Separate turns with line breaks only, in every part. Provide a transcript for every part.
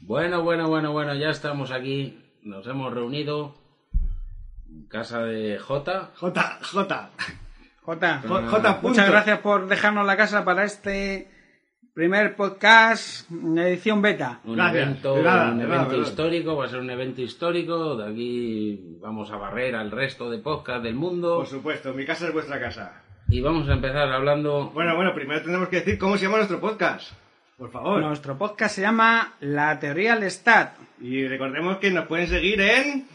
Bueno, bueno, bueno, bueno, ya estamos aquí. Nos hemos reunido en casa de Jota.
J, J.
Jota,
Jo- J. punto.
muchas gracias por dejarnos la casa para este primer podcast, edición beta.
Un
Gracias.
evento,
De nada,
un
de nada,
evento
de nada.
histórico, va a ser un evento histórico. De aquí vamos a barrer al resto de podcast del mundo.
Por supuesto, mi casa es vuestra casa.
Y vamos a empezar hablando.
Bueno, bueno, primero tenemos que decir cómo se llama nuestro podcast. Por favor.
Nuestro podcast se llama La Teoría del Stat.
Y recordemos que nos pueden seguir en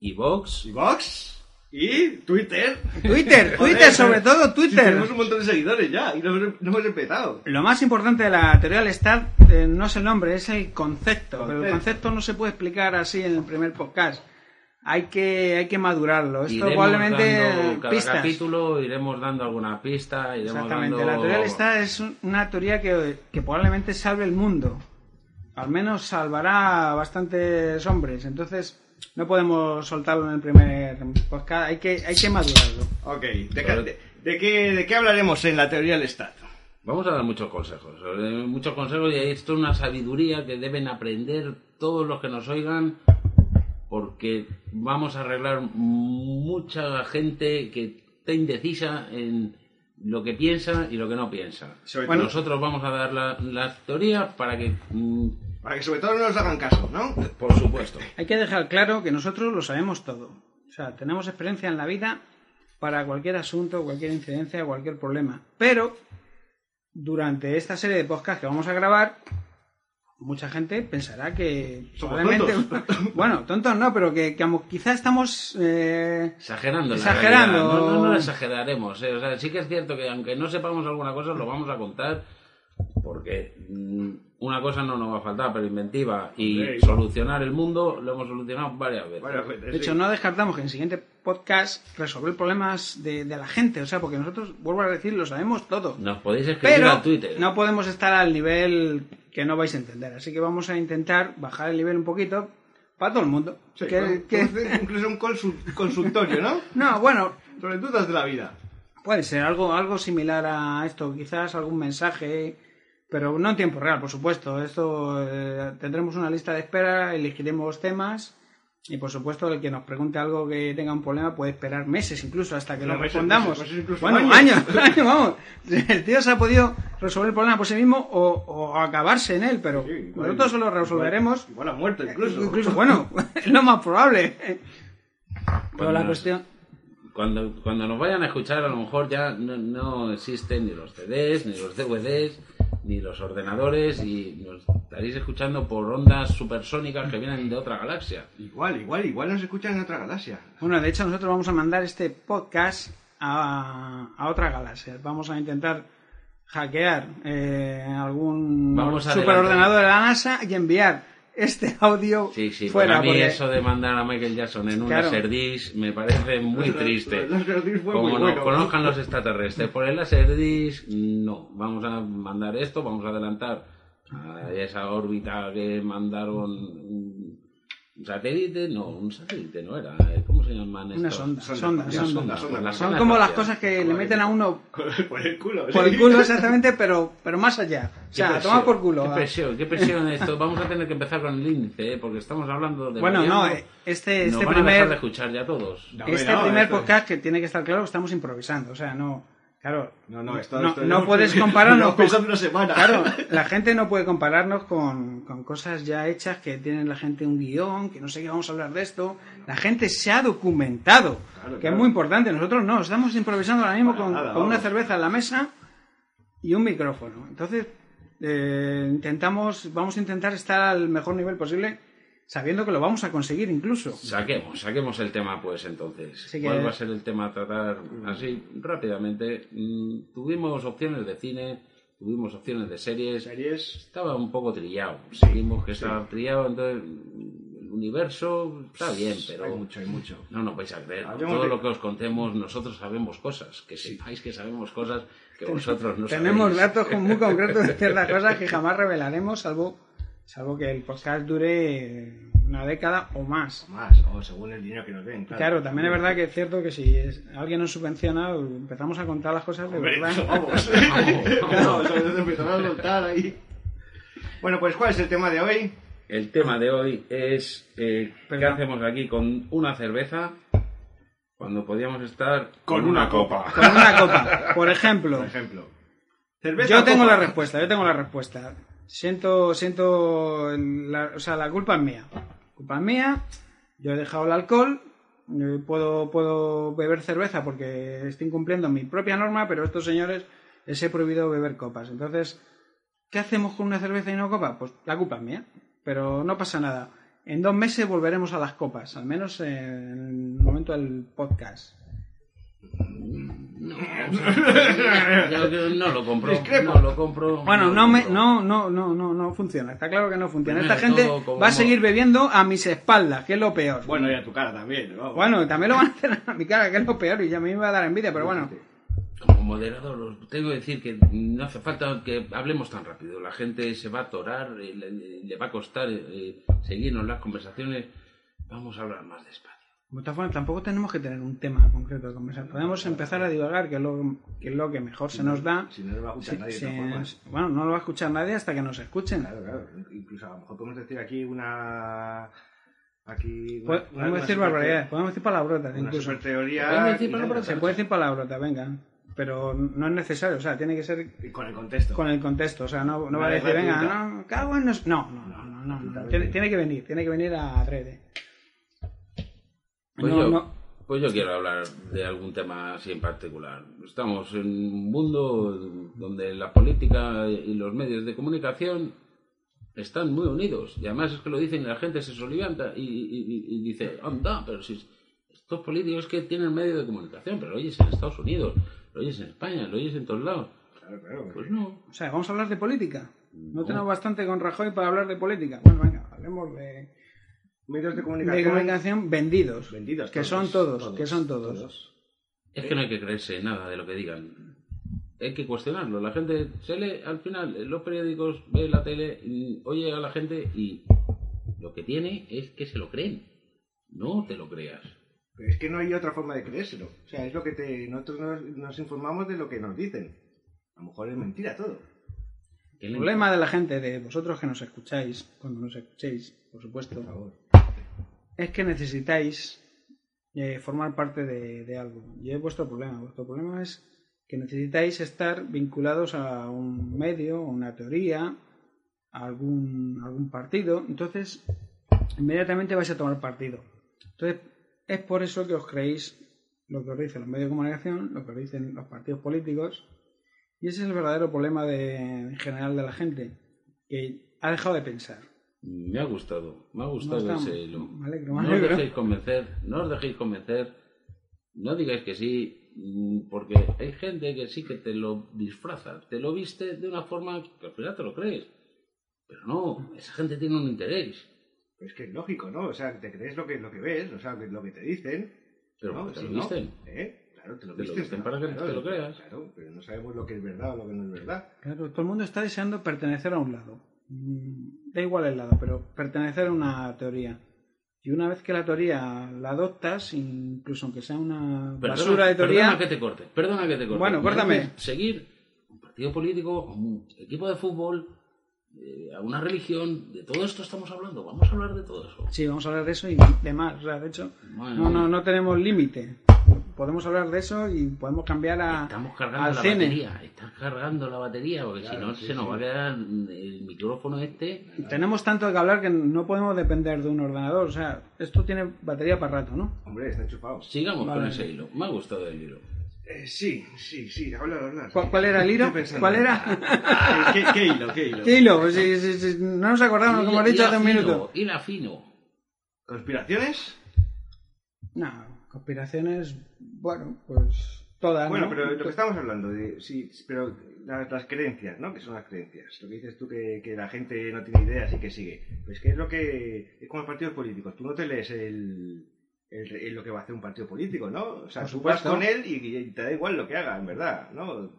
Y Vox.
Vox y Twitter.
Twitter,
Joder,
Twitter, sobre todo
sí,
Twitter.
tenemos un montón de seguidores ya y no, hemos- no hemos empezado.
Lo más importante de la teoría del Stat eh, no es el nombre, es el concepto. Pero
Concepto.
el concepto no se puede explicar así en el primer podcast. Hay que, hay que madurarlo. Esto
Iremos
probablemente
dando cada
pistas.
capítulo iremos dando alguna pista. Iremos
Exactamente,
dando-
la teoría del Estado es un- una teoría que, que probablemente salve el mundo. Al menos salvará a bastantes hombres. Entonces, no podemos soltarlo en el primer podcast. Hay que, hay que madurarlo.
Ok, ¿de, qué- de- de qué, de qué hablaremos en la teoría del Estado?
Vamos a dar muchos consejos, eh, muchos consejos y esto es una sabiduría que deben aprender todos los que nos oigan porque vamos a arreglar mucha gente que está indecisa en lo que piensa y lo que no piensa.
Sobre
Bueno,
todo-
nosotros vamos a dar la- las teorías para que, mm,
Para que sobre todo no nos hagan caso, ¿no?
por supuesto,
Hay que dejar claro que nosotros lo sabemos todo. O sea, tenemos experiencia en la vida para cualquier asunto, cualquier incidencia, cualquier problema. Pero durante esta serie de podcasts que vamos a grabar, mucha gente pensará que
Somos
bueno, tontos no, pero que, que como quizá estamos eh,
exagerando. la
Exagerando.
realidad. No, no, no lo exageraremos. eh, o sea, sí que es cierto que aunque no sepamos alguna cosa, lo vamos a contar porque mm, una cosa no nos va a faltar, pero inventiva y
Hombre, igual.
solucionar el mundo lo hemos solucionado varias veces.
Bueno, pues,
De hecho,
sí.
no descartamos que en el siguiente podcast resolver problemas de, de la gente. O sea, porque nosotros, vuelvo a decir, lo sabemos todo.
Nos podéis escribir
Pero
a Twitter.
no podemos estar al nivel que no vais a entender. Así que vamos a intentar bajar el nivel un poquito para todo el mundo.
Sí,
Que-
podemos-
que-
podemos hacer incluso un consul- consultorio, ¿no?
No, bueno,
Sobre dudas de la vida.
puede ser algo, algo similar a esto. Quizás algún mensaje, pero no en tiempo real, por supuesto. Esto eh, Tendremos una lista de espera, elegiremos temas. Y por supuesto, el que nos pregunte algo que tenga un problema puede esperar meses incluso hasta que
No,
lo
meses,
respondamos.
meses, meses, incluso
bueno,
años.
años, años, vamos. El tío se ha podido resolver el problema por sí mismo o, o acabarse en él, pero
Sí, igual-
nosotros se lo
igual-
resolveremos.
Igual ha muerto incluso.
Incluso, bueno, es lo más probable. Pero la
nos-
cuestión.
Cuando, cuando nos vayan a escuchar, a lo mejor ya no, no existen ni los CDs, ni los DVDs, ni los ordenadores y nos estaréis escuchando por ondas supersónicas que vienen de otra galaxia.
Igual, igual, igual nos escuchan en otra galaxia.
Bueno, de hecho nosotros vamos a mandar este podcast a, a otra galaxia. Vamos a intentar hackear eh, algún
Vamos a
superordenador de la NASA y enviar este audio
Sí, sí,
fuera.
para mí
porque-
eso de mandar a Michael Jackson en un
Claro.
laserdisc me parece muy triste.
Los Laserdisc fue
Como
muy
nos
bueno.
conozcan los extraterrestres por el laserdisc, no. Vamos a mandar esto, vamos a adelantar a esa órbita que mandaron mm, ¿Un satélite? No, un satélite no era. ¿eh? ¿Cómo se llaman
Una
estos?
sonda,
sonda,
sonda,
una
sonda.
sonda, sonda.
Pues
Son
sonda
como las
espacial.
cosas que le meten a uno
Por el culo.
por
sí.
el culo exactamente, pero, pero más allá. O sea, a tomar por culo. ¿eh?
Qué
va.
presión, qué presión esto. Vamos a tener que empezar con el índice, ¿eh? porque estamos hablando de.
Bueno, no,
variando.
eh, este,
Nos
este
van a dejar de
primer,
escuchar ya todos.
No, hombre,
este
no,
primer
esto-
podcast que tiene que estar claro que estamos improvisando. O sea, no. Claro.
No, no, esto,
no,
esto-
no puedes compararnos con.
pensando una semana.
Claro, la gente no puede compararnos con, con cosas ya hechas que tiene la gente un guión, que no sé qué vamos a hablar de esto. La gente se ha documentado,
Claro,
que
claro.
es muy importante. Nosotros no, estamos improvisando ahora mismo
Para
con,
nada,
con una
vamos.
cerveza en la mesa y un micrófono. Entonces, eh, intentamos, vamos a intentar estar al mejor nivel posible, sabiendo que lo vamos a conseguir incluso.
Saquemos, saquemos el tema pues entonces.
Así que-
¿Cuál va a ser el tema a tratar así rápidamente? Mm, Tuvimos opciones de cine, tuvimos opciones de series.
Series.
Estaba un poco trillado. Seguimos que estaba trillado, entonces mm, el universo está bien, pero...
Hay mucho, hay mucho.
No, no vais a creer.
Hablemos
Todo
de-
lo que os contemos, nosotros sabemos cosas. Que sepáis que sabemos cosas que vosotros no
Tenemos
sabéis.
datos con- muy concretos de ciertas cosas que jamás revelaremos, salvo, salvo que el podcast dure una década o más.
Más, o según el dinero que nos den. Claro,
Claro, también es verdad que es cierto que si es- alguien nos subvenciona, empezamos a contar las cosas de
Hombre,
verdad.
vamos. Claro, o sea, nos empezará a soltar ahí. Bueno, pues ¿cuál es el tema de hoy?
El tema de hoy es eh, qué
Perdón.
hacemos aquí con una cerveza cuando podíamos estar
Con una copa, por ejemplo.
Por ejemplo. Cerveza
Yo
o
tengo
copa?
la respuesta, yo tengo la respuesta. Siento, siento, la- o sea, la culpa es mía. Culpa es mía, yo he dejado el alcohol, eh, puedo, puedo beber cerveza porque estoy incumpliendo mi propia norma, pero estos señores les he prohibido beber copas. Entonces, ¿qué hacemos con una cerveza y una copa? Pues la culpa es mía, pero no pasa nada. En dos meses volveremos a las copas, al menos en el momento del podcast.
Yo que no lo compro.
Discrepo.
No lo compro.
Bueno,
lo
no, me,
compro.
no, no, no, no, no funciona. Está claro que no funciona.
Primero
Esta gente
todo, como-
va a seguir bebiendo a mis espaldas, que es lo peor.
Bueno, y a tu cara también. vamos.
Bueno, también lo van a hacer a mi cara, que es lo peor, y ya me iba a dar envidia, pero bueno.
Como moderador, os tengo que decir que no hace falta que hablemos tan rápido. La gente se va a atorar, eh, le, le va a costar eh, seguirnos las conversaciones. Vamos a hablar más despacio.
De todas formas, tampoco tenemos que tener un tema concreto de conversar. Podemos empezar a divagar, que es lo que, es lo que mejor se nos da.
Si no nos va a escuchar
Sí,
nadie de
sí,
todas formas.
bueno, no lo va a escuchar nadie hasta que nos escuchen.
Claro, claro. Incluso a lo mejor podemos decir aquí una. Aquí. una- una- una
Pod- Pues, Podemos decir
super-
barbaridades, podemos decir palabrotas
Una
incluso.
super teoría.
Podemos decir palabrotas.
Ah, Se puede decir palabrotas, venga. Pero no es necesario, o sea, tiene que ser
Con el contexto.
con el contexto, o sea, no, no
Una
va a decir,
regla
venga,
tuya.
no, cago en nos... No, no, no, no, no, no. Tiene, tiene que venir, tiene que venir a adrede.
Pues,
No,
yo,
no.
pues yo quiero hablar de algún tema así en particular. Estamos en un mundo donde la política y los medios de comunicación están muy unidos. Y además es que lo dicen y la gente se solivianta y, y- y- y dice, anda, pero si estos políticos que tienen medios de comunicación, pero lo oyes en Estados Unidos, lo oyes en España, lo oyes en todos lados.
Claro, claro.
Pues no.
O sea, vamos a hablar de política. No
No.
tenemos bastante con Rajoy para hablar de política. Bueno, venga, hablemos de,
Medios de
de
comunicación.
comunicación vendidos.
Vendidos.
que son todos, que son todos.
Es que no hay que creerse nada de lo que digan. Hay que cuestionarlo. La gente se lee al final eh, los periódicos, ve la tele, y oye a la gente y lo que tiene es que se lo creen. No te lo creas.
Pero es que no hay otra forma de creérselo. O sea, es lo que te... nosotros nos, nos informamos de lo que nos dicen. A lo mejor es mentira todo.
Que
El
le-
problema de la gente, de vosotros que nos escucháis, cuando nos escuchéis, por supuesto,
Por favor.
es que necesitáis eh, formar parte de, de algo. Y es vuestro problema. Vuestro problema es que necesitáis estar vinculados a un medio, a una teoría, a algún, a algún partido. Entonces, inmediatamente vais a tomar partido. Entonces, es por eso que os creéis lo que os dicen los medios de comunicación, lo que os dicen los partidos políticos. Y ese es el verdadero problema de, en general de la gente, que ha dejado de pensar.
Me ha gustado. Me ha gustado
No está-
ese hilo.
me alegro,
no
me
os
alegro.
dejéis convencer. No os dejéis convencer. No digáis que sí, mm, porque hay gente que sí que te lo disfraza. Te lo viste de una forma que al final te lo crees. Pero no, esa gente tiene un interés.
Pero es que es lógico, ¿no? O sea, te crees lo que, lo que ves, o sea, que- lo que te dicen.
Pero
¿no?
porque te
Si
lo
no,
visten.
¿eh? Claro, te lo
Te lo
visten.
visten para que te lo creas.
Claro, pero no sabemos lo que es verdad o lo que no es verdad.
Claro, todo el mundo está deseando pertenecer a un lado. Mm, Da igual el lado, pero pertenecer a una teoría. Y una vez que la teoría la adoptas, incluso aunque sea una
Perdona-
basura de
Perdona
teoría,
que te corte. Perdona que te corte.
Bueno,
Me
córtame.
haces Seguir un partido político, a un equipo de fútbol, eh, a una religión. De todo esto estamos hablando. Vamos a hablar de todo eso.
sí, vamos a hablar de eso y de más. O sea, de hecho,
Madre
no, no,
mía.
no tenemos límite. Podemos hablar de eso y podemos cambiar a,
Estamos cargando
al
la
cine.
batería. Estás cargando la batería porque si no se nos va a quedar el micrófono este.
Tenemos tanto que hablar que no podemos depender de un ordenador. O sea, esto tiene batería para rato, ¿no?
Hombre, está enchufado.
Sigamos con
Vale.
ese hilo. Me ha gustado el hilo.
Eh, sí, sí, sí, hablar, hablar.
¿Cu- ¿Cuál era el hilo?
Estoy pensando. Eh,
¿Cuál era?
¿Qué, qué hilo? ¿Qué hilo?
¿Qué hilo? Si, si- si no nos acordamos, como he dicho hace un minuto.
Y la fino.
¿Conspiraciones?
No, conspiraciones, bueno, pues todas.
Bueno,
¿no?
pero lo que estamos hablando, de, sí, pero las, las creencias, ¿no? Que son las creencias. Lo que dices tú que, que la gente no tiene ideas y que sigue. Pues que es lo que. Es como los partidos políticos. Tú no te lees el, el- el- lo que va a hacer un partido político, ¿no? O sea,
Por
tú vas
supuesto.
con él y, y te da igual lo que haga, en verdad, ¿no?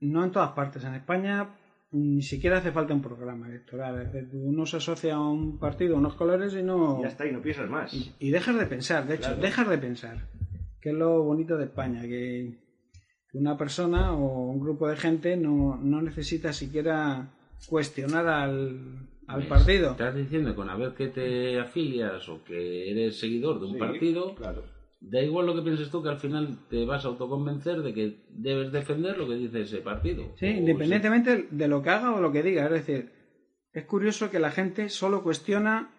No en todas partes. En España ni siquiera hace falta un programa electoral. Es decir, Uno se asocia a un partido, a unos colores y no.
Y ya está, y no piensas más.
Y, y dejas de pensar, de hecho, dejas de pensar. Que es lo bonito de España, que una persona o un grupo de gente no, no necesita siquiera cuestionar al, al
¿Ves?
partido.
Estás diciendo con a ver que te afilias o que eres seguidor de un
Sí,
partido,
Claro.
da igual lo que pienses tú, que al final te vas a autoconvencer de que debes defender lo que dice ese partido.
Sí,
O
independientemente de lo que haga o lo que diga. Es decir, es curioso que la gente solo cuestiona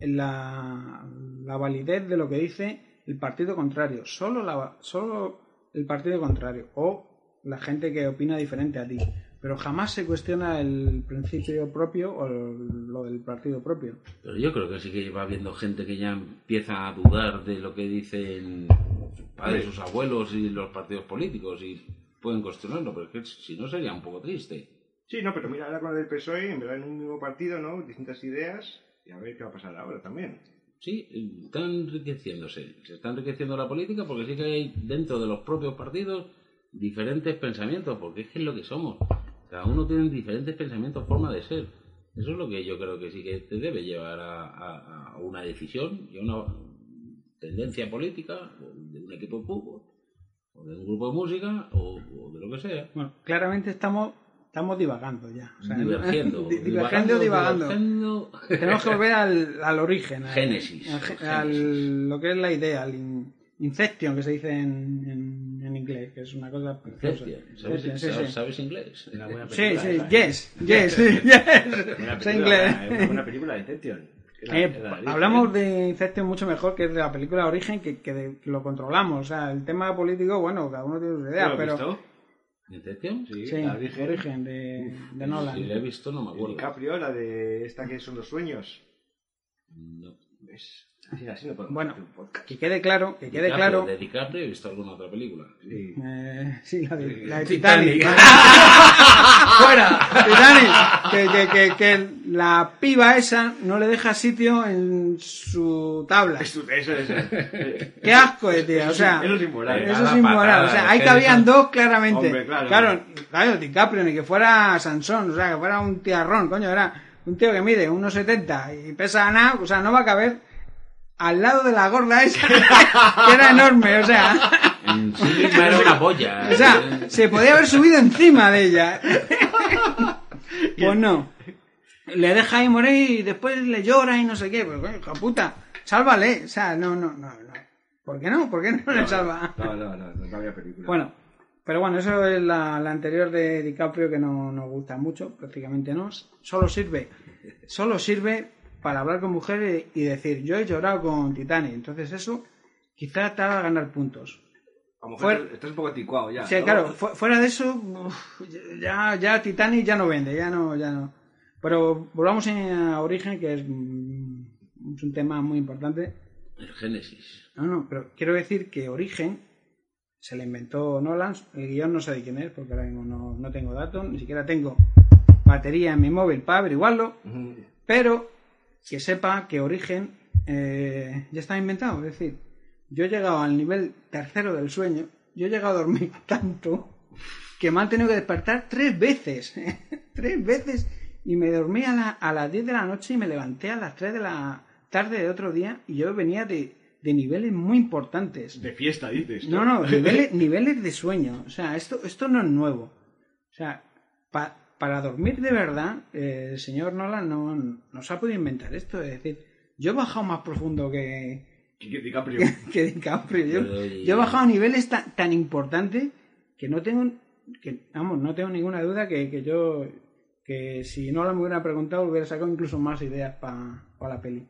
la, la validez de lo que dice el partido contrario. Solo, la, solo el partido contrario. O la gente que opina diferente a ti. Pero jamás se cuestiona el principio propio o el- lo del partido propio.
sí. Pero yo creo que sí que va habiendo gente que ya empieza a dudar de lo que dicen sus padres, sus abuelos y los partidos políticos y pueden cuestionarlo, pero es que si no sería un poco triste.
Sí, no, pero mira, ahora con el del PSOE, E, en verdad, en un mismo partido, ¿no? Distintas ideas. Y a ver qué va a pasar ahora también.
Sí, están enriqueciéndose. Se está enriqueciendo la política porque sí que hay dentro de los propios partidos diferentes pensamientos, porque es que es lo que somos. Cada uno tiene diferentes pensamientos, forma de ser. Eso es lo que yo creo que sí que te debe llevar a, a- a una decisión y a una tendencia política, o de un equipo de fútbol, o de un grupo de música, o, o de lo que sea.
Bueno, claramente estamos, estamos divagando ya. O sea,
Divergiendo.
di- divergiendo, divagando.
divagando.
Tenemos que volver al, al origen. al-
Génesis,
al ge-
al
al-
génesis.
lo que es la idea, al in- inception, que se dice en, en- en inglés, que es una cosa preciosa.
Inception.
Inception,
¿Sabes,
sí, sí.
sabes inglés?
Una buena
Sí,
película.
sí,
esa, ¿eh?
yes, yes, sí,
Una
yes. Sé inglés.
eh,
película, una buena película de Inception. Era-
Eh,
era la
hablamos
origen.
de Inception mucho mejor que de la película Origen, que, que de- que lo controlamos. O sea, el tema político, bueno, cada uno tiene sus ideas,
¿Lo has
pero.
pues
visto?
¿Incepción?
Sí,
Sí,
la origen.
Origen de, de Nolan.
Si la he visto, no me
Y
acuerdo.
DiCaprio, la de esta que son los sueños.
No.
¿Ves? Así, así no podemos
Bueno.
hacer un podcast.
Que quede claro, que quede
DiCaprio,
claro.
De DiCaprio he visto alguna otra película.
Sí.
Eh, sí, la de, la de
Titanic.
Titanic. ¡Fuera! Titanic. Que, que, que, que la piba esa no le deja sitio en su tabla.
Eso, eso, eso.
¡Qué asco, eh, tío! O sea,
Eso es inmoral.
eso es
Patada,
inmoral. O
patada,
sea, ahí
es que
cabían
eso-
dos claramente.
Hombre, claro.
claro, claro, DiCaprio, ni que fuera Sansón, o sea, que fuera un tiarrón, coño, era un tío que mide 1,70 y pesa nada, o sea, no va a caber al lado de la gorda esa, que era enorme, o sea.
En sí misma era una polla. ¿eh?
O sea, se podía haber subido encima de ella. Pues no. Le deja ahí morir y después le llora y no sé qué. Pues, coño, hija puta, sálvale. O sea, no, no, no, no. ¿Por qué no? ¿Por qué no, le salva?
No, no, no, no, no había película.
Bueno, pero bueno, eso es la, la anterior de DiCaprio que no nos gusta mucho, prácticamente no. Solo sirve, solo sirve para hablar con mujeres y decir, yo he llorado con Titanic. Entonces eso quizá te haga ganar puntos.
a lo mejor
fuera-
estás- estás un poco anticuado ya.
Sí,
¿no?
claro, fu- fuera de eso, uf, ya, ya Titanic ya no vende, ya no, ya no. Pero volvamos a Origen, que es, mm, es un tema muy importante.
El Génesis.
No, no, pero quiero decir que Origen se le inventó Nolan, el guión no sé de quién es, porque ahora mismo no, no tengo datos, ni siquiera tengo batería en mi móvil para averiguarlo,
Mm,
Ujú.
pero que sepa que Origen eh, ya está inventado. Es decir, yo he llegado al nivel tercero del sueño, yo he llegado a dormir tanto que me han tenido que despertar tres veces. tres veces. Y me dormí a, la- a las 10 de la noche y me levanté a las 3 de la, tarde de otro día y yo venía de, de niveles muy importantes.
De fiesta, dices.
No, no, niveles, niveles de sueño. O sea, esto, esto no es nuevo. O sea, pa- para dormir de verdad, eh, el señor Nolan no, no se ha podido inventar esto. Es decir, yo he bajado más profundo que,
Quique DiCaprio.
que DiCaprio. Yo,
Pero, y-
yo he bajado a niveles tan, tan importantes que no tengo, que, vamos, no tengo ninguna duda que, que yo, que si Nolan me hubiera preguntado, hubiera sacado incluso más ideas para la peli.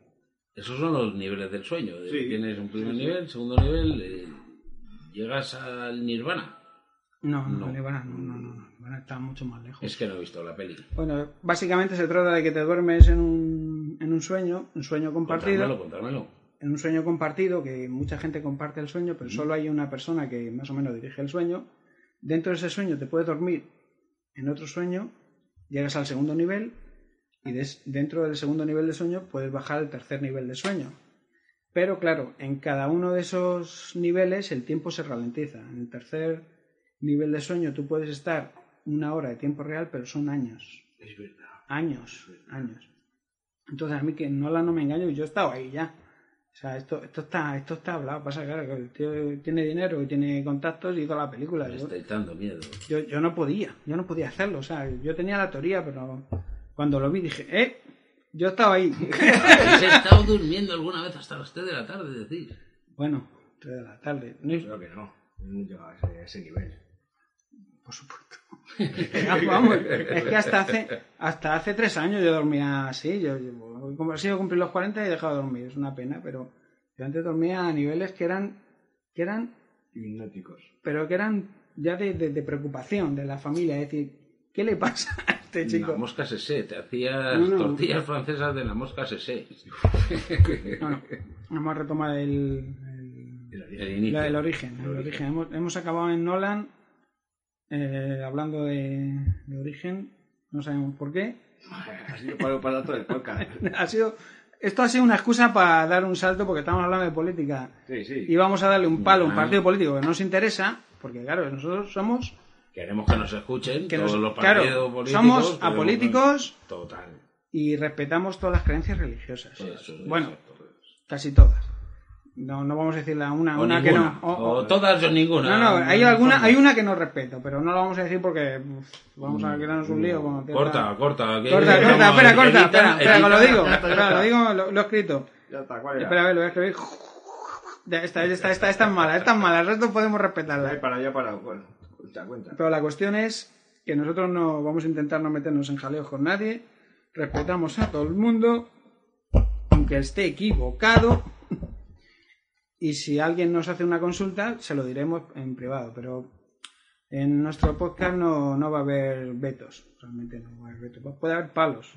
Esos son los niveles del sueño. eh,
Sí.
Tienes un primer
Sí, sí.
nivel, segundo nivel, eh, llegas al nirvana.
No, no,
No.
Nirvana no, no, no, no, Nirvana está mucho más lejos.
Es que no he visto la peli.
Bueno, básicamente se trata de que te duermes en un, en un sueño, un sueño compartido,
Contármelo, contármelo.
en un sueño compartido, que mucha gente comparte el sueño, pero solo hay una persona que más o menos dirige el sueño. Dentro de ese sueño te puedes dormir en otro sueño, llegas al segundo nivel y des- dentro del segundo nivel de sueño puedes bajar al tercer nivel de sueño. Pero claro, en cada uno de esos niveles el tiempo se ralentiza. En el tercer nivel de sueño tú puedes estar una hora de tiempo real, pero son años
Es verdad.
años, años. Entonces a mí que Nolan no me engaño, yo he estado ahí ya. O sea, esto, esto está, esto está hablado, pasa claro que el tío tiene dinero y tiene contactos y hizo la película.
Me
Yo,
este
estáis dando miedo.
yo, yo no podía, yo no podía hacerlo, o sea, yo tenía la teoría, pero cuando lo vi dije, eh, yo estaba ahí.
¿Habéis estado durmiendo alguna vez hasta las 3 de la tarde, decís?
bueno, tres de la tarde. No es-
Creo que no. No he llegado a ese, a ese nivel.
Por supuesto. ah, Vamos, es que hasta hace, hasta hace tres años yo dormía así. Yo, yo- como he sido cumplir los 40 y he dejado de dormir, es una pena, pero yo antes dormía a niveles que eran, que eran,
Hipnóticos.
pero que eran ya de, de- de preocupación de la familia, es decir, ¿qué le pasa a este
La
chico?
mosca sesé, te hacías
No, no.
tortillas francesas de la mosca sesé.
No, no, vamos a retomar el- el,
El origen.
El inicio.
La del origen, el
El origen.
origen. Hemos, hemos acabado en Nolan eh, hablando de, de origen, no sabemos por qué.
Ha sido para, para todo el podcast.
Ha sido, esto ha sido una excusa para dar un salto porque estamos hablando de política
Sí,
y
sí.
vamos a darle un palo a un
Ah.
partido político que no nos interesa, porque claro, nosotros somos
Queremos que nos escuchen
que
todos
nos-
los
claro,
partidos políticos.
somos
queremos-
apolíticos
Total.
y respetamos todas las creencias religiosas.
Eso,
bueno,
exacto.
casi todas. No, no vamos a decir la una,
o
una que
ninguna.
no. o-
o todas o ninguna.
No, no, hay alguna, hay una que no respeto, pero no la vamos a decir porque uf, vamos a crearnos un lío. con cierta-
Mm, Corta, corta. que-
corta, corta,
vamos,
espera, corta,
edita,
espera, espera, que lo
edita.
digo, espera, lo digo, lo, lo he escrito.
Ya está, ¿cuál
Espera, a
era?
ver, lo voy a escribir. Ya, Esta, esta, esta, esta es mala, esta es mala, el resto podemos
Ahí
respetarla.
para allá, para. Bueno, cuenta, cuenta.
Pero la cuestión es que nosotros no vamos a intentar no meternos en jaleos con nadie, respetamos a todo el mundo, aunque esté equivocado, y si alguien nos hace una consulta, se lo diremos en privado, pero en nuestro podcast no, no va a haber vetos, realmente no va a haber vetos, puede haber palos,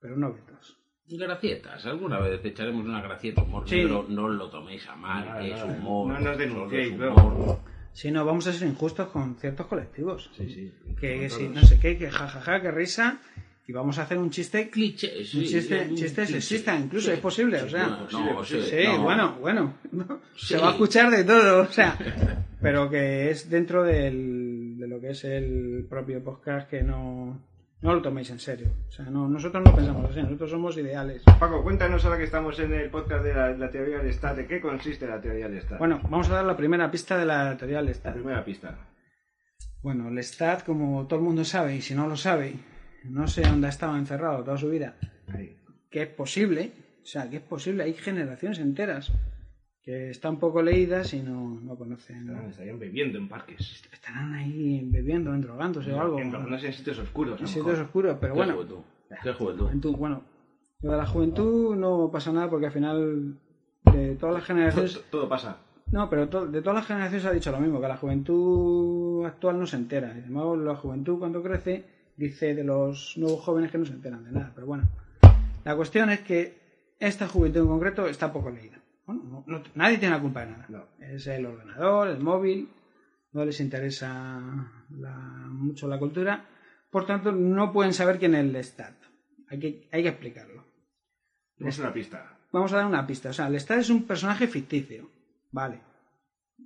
pero no vetos.
Gracietas, alguna vez te echaremos una gracieta humor
Sí.
negro, no lo toméis a mal,
Nada,
es
nada,
humor.
no nos denunciéis,
denunciéis,
luego.
Si no, vamos a ser injustos con ciertos colectivos.
Sí, sí.
que, que
Con
sí,
todos.
no sé qué, que jajaja, que risa, y vamos a hacer un chiste
Cliché, sí,
un chiste,
un
chiste
cliché.
sexista, incluso
Sí.
es posible, o sea,
No, no, sí,
sí,
no.
bueno, bueno, se
Sí.
va a escuchar de todo, o sea, pero que es dentro del, de lo que es el propio podcast que no, no lo toméis en serio, o sea, no, nosotros no pensamos así, nosotros somos ideales.
Paco, cuéntanos ahora que estamos en el podcast de la, la teoría del Estado. ¿De qué consiste la teoría del Estado?
Bueno, vamos a dar la primera pista de la teoría del Estado.
Primera pista.
Bueno, Lestat, como todo el mundo sabe, y si no lo sabe, no sé dónde ha estado encerrado toda su vida,
Ahí.
que es posible, o sea, que es posible, hay generaciones enteras que están poco leídas y no, no conocen.
Estarán, estarían bebiendo en parques.
Estarán ahí bebiendo, endrogándose o algo.
En,
En
en sitios oscuros. a lo
sitios
mejor.
oscuros, pero
Qué
bueno,
juventud, qué juventud.
juventud, bueno. Lo de la juventud no pasa nada porque al final de todas las generaciones...
Todo, todo pasa.
No, pero to- de todas las generaciones se ha dicho lo mismo, que la juventud actual no se entera. Y además, la juventud cuando crece dice de los nuevos jóvenes que no se enteran de nada. Pero bueno, la cuestión es que esta juventud en concreto está poco leída. Bueno, no- no- nadie tiene la culpa de nada.
No.
Es el ordenador, el móvil, no les interesa la- mucho la cultura. Por tanto, no pueden saber quién es el Lestat. Hay que, hay que explicarlo.
Es una pista.
Vamos a dar una pista. O sea, Lestat es un personaje ficticio. Vale.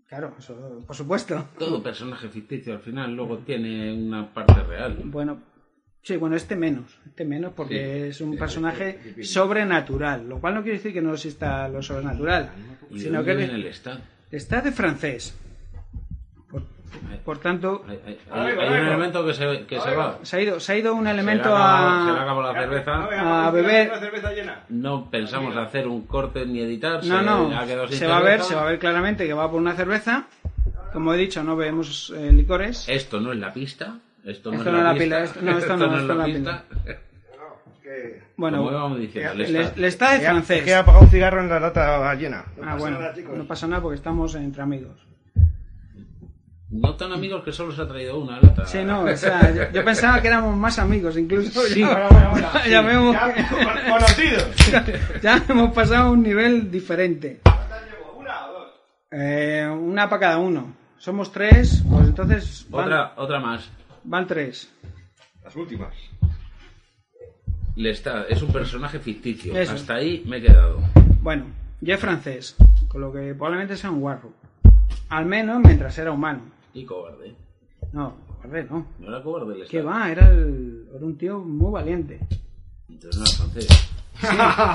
Claro, eso, por supuesto. Mm.
Todo personaje ficticio al final luego tiene una parte real.
Bueno, Sí, bueno, este menos, este menos porque
Sí,
es un
sí,
personaje
sí, sí, sí.
sobrenatural, lo cual no quiere decir que no exista lo sobrenatural,
¿Y de
sino
dónde
que
viene el
le-
Estado?
está de francés. Por, por tanto,
Hay, hay- hay-
Ahí va,
hay
ahí
un
va.
elemento que se, que se va.
se ha ido, se ha ido un
Se le
elemento
acabó- Se le
a...
acabó la cerveza.
A beber.
Una cerveza llena.
No pensamos hacer un corte ni editar.
No,
se
no,
ha quedado sin
se va a ver,
cerveza.
se va a ver claramente que va por una cerveza. Como he dicho, no bebemos eh, licores.
Esto no es la pista. Esto no
Esto
es
no
la
es la
pista.
pila, esto- no, esto no,
es la
esto no es
pista.
Que...
Como
Bueno,
íbamos diciendo, el
le,
Estado.
le está de francés.
Que ha apagado un cigarro en la lata llena.
Ah, bueno,
nada, chicos.
no pasa nada porque estamos entre amigos.
No tan amigos que solo se ha traído una lata.
Sí, no, o sea, yo, yo pensaba que éramos más amigos, incluso. ya, ya me hemos,
Ya, con- conocidos.
ya hemos pasado a un nivel diferente. Eh, una para cada uno. Somos tres, pues entonces van,
Otra, otra más.
van tres.
Las últimas.
Le está, es un personaje ficticio.
Eso.
Hasta ahí me he quedado.
Bueno, ya es francés, con lo que probablemente sea un guarro. Al menos mientras era humano.
Y cobarde.
No, guarré, no.
No era cobarde el
Que
Estado.
va, era, el- era un tío muy valiente.
Entonces no era francés.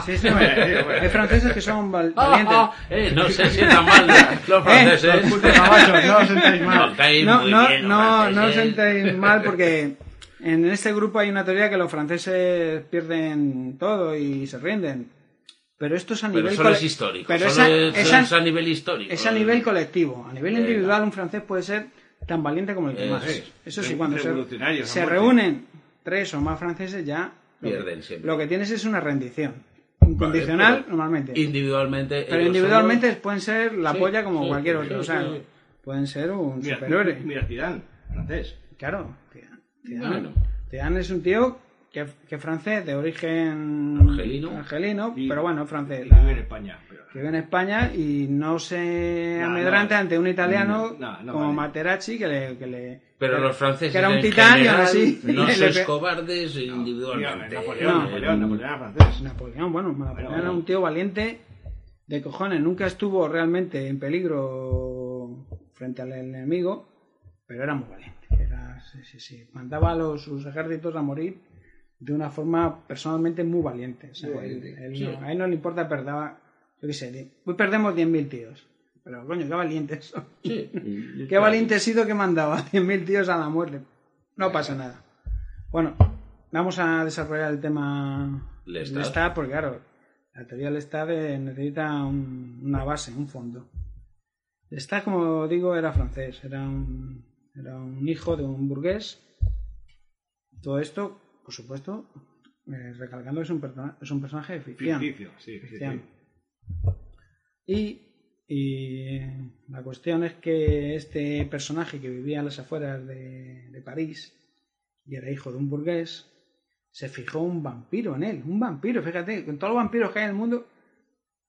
Sí, sí, hombre. hay franceses que son val- valientes.
Ah, ah, eh, no se sientan mal los franceses.
Cabachos, no os sentáis mal.
Nos caen
Eh, no,
muy
no,
bien los
no, no os
franceses.
sentáis mal porque en este grupo hay una teoría que los franceses pierden todo y se rinden. Pero esto es a nivel
Pero solo
cole-
es histórico.
Pero
solo
esa-
es,
esa-
es a nivel histórico.
es a nivel colectivo. A nivel
Venga.
individual, un francés puede ser tan valiente como el que
Eso
más.
es.
Eso sí, cuando se,
Revolucionarios,
se
a muerte.
reúnen tres o más franceses, ya lo que-
Pierden siempre.
Lo que tienes es una rendición. Incondicional,
Vale, pero eh,
normalmente.
pues Individualmente.
Pero
ellos
individualmente
solos-
pueden ser la
Sí,
polla como
sí,
cualquier otro.
sí,
o sea,
sí.
pueden ser un
Mira,
superhéroe.
mira, Zidane, francés.
Claro, Zidane. Zidane,
Bueno.
Zidane es un tío que, que es francés, de origen
Argelino.
argelino,
Y-
pero bueno, francés.
Y
la-
vive en España. Pero...
que vive en España y no se
No,
amedranta
no.
ante un italiano
No, no, no,
como
vale.
Materazzi que le... que le-
Pero
que-
los franceses.
Que era un
en
titán y
general,
ahora sí.
No
le
sois
pe-
cobardes individualmente. ¿eh? Mm.
Mira, Napoleón,
No.
Napoleón, Napoleón era francés.
Napoleón, bueno, Napoleón
Bueno,
era un
bueno.
tío valiente de cojones, nunca estuvo realmente en peligro frente al enemigo, pero era muy valiente. Era, sí, sí, sí. Mandaba a los, sus ejércitos a morir de una forma personalmente muy valiente. O sea,
Muy
él-
valiente,
él
sí.
no- a él no le importa perder, yo qué sé, di- hoy perdemos 10.000 tíos. Pero coño, qué valientes son.
Sí.
Qué valiente he sido que mandaba 100.000 tíos a la muerte. No pasa nada. Bueno, vamos a desarrollar el tema
Lestat.
del Lestat, porque claro, la teoría del Estado necesita un- una base, un fondo. Lestat, como digo, era francés, era un, era un hijo de un burgués. Todo esto, por supuesto, eh, recalcando que es un, persona- es un personaje de ficción.
Ficticio, sí, sí,
Cristiano.
sí.
Y, y la cuestión es que este personaje que vivía a las afueras de, de París y era hijo de un burgués, se fijó un vampiro en él, un vampiro, fíjate, con todos los vampiros que hay en el mundo,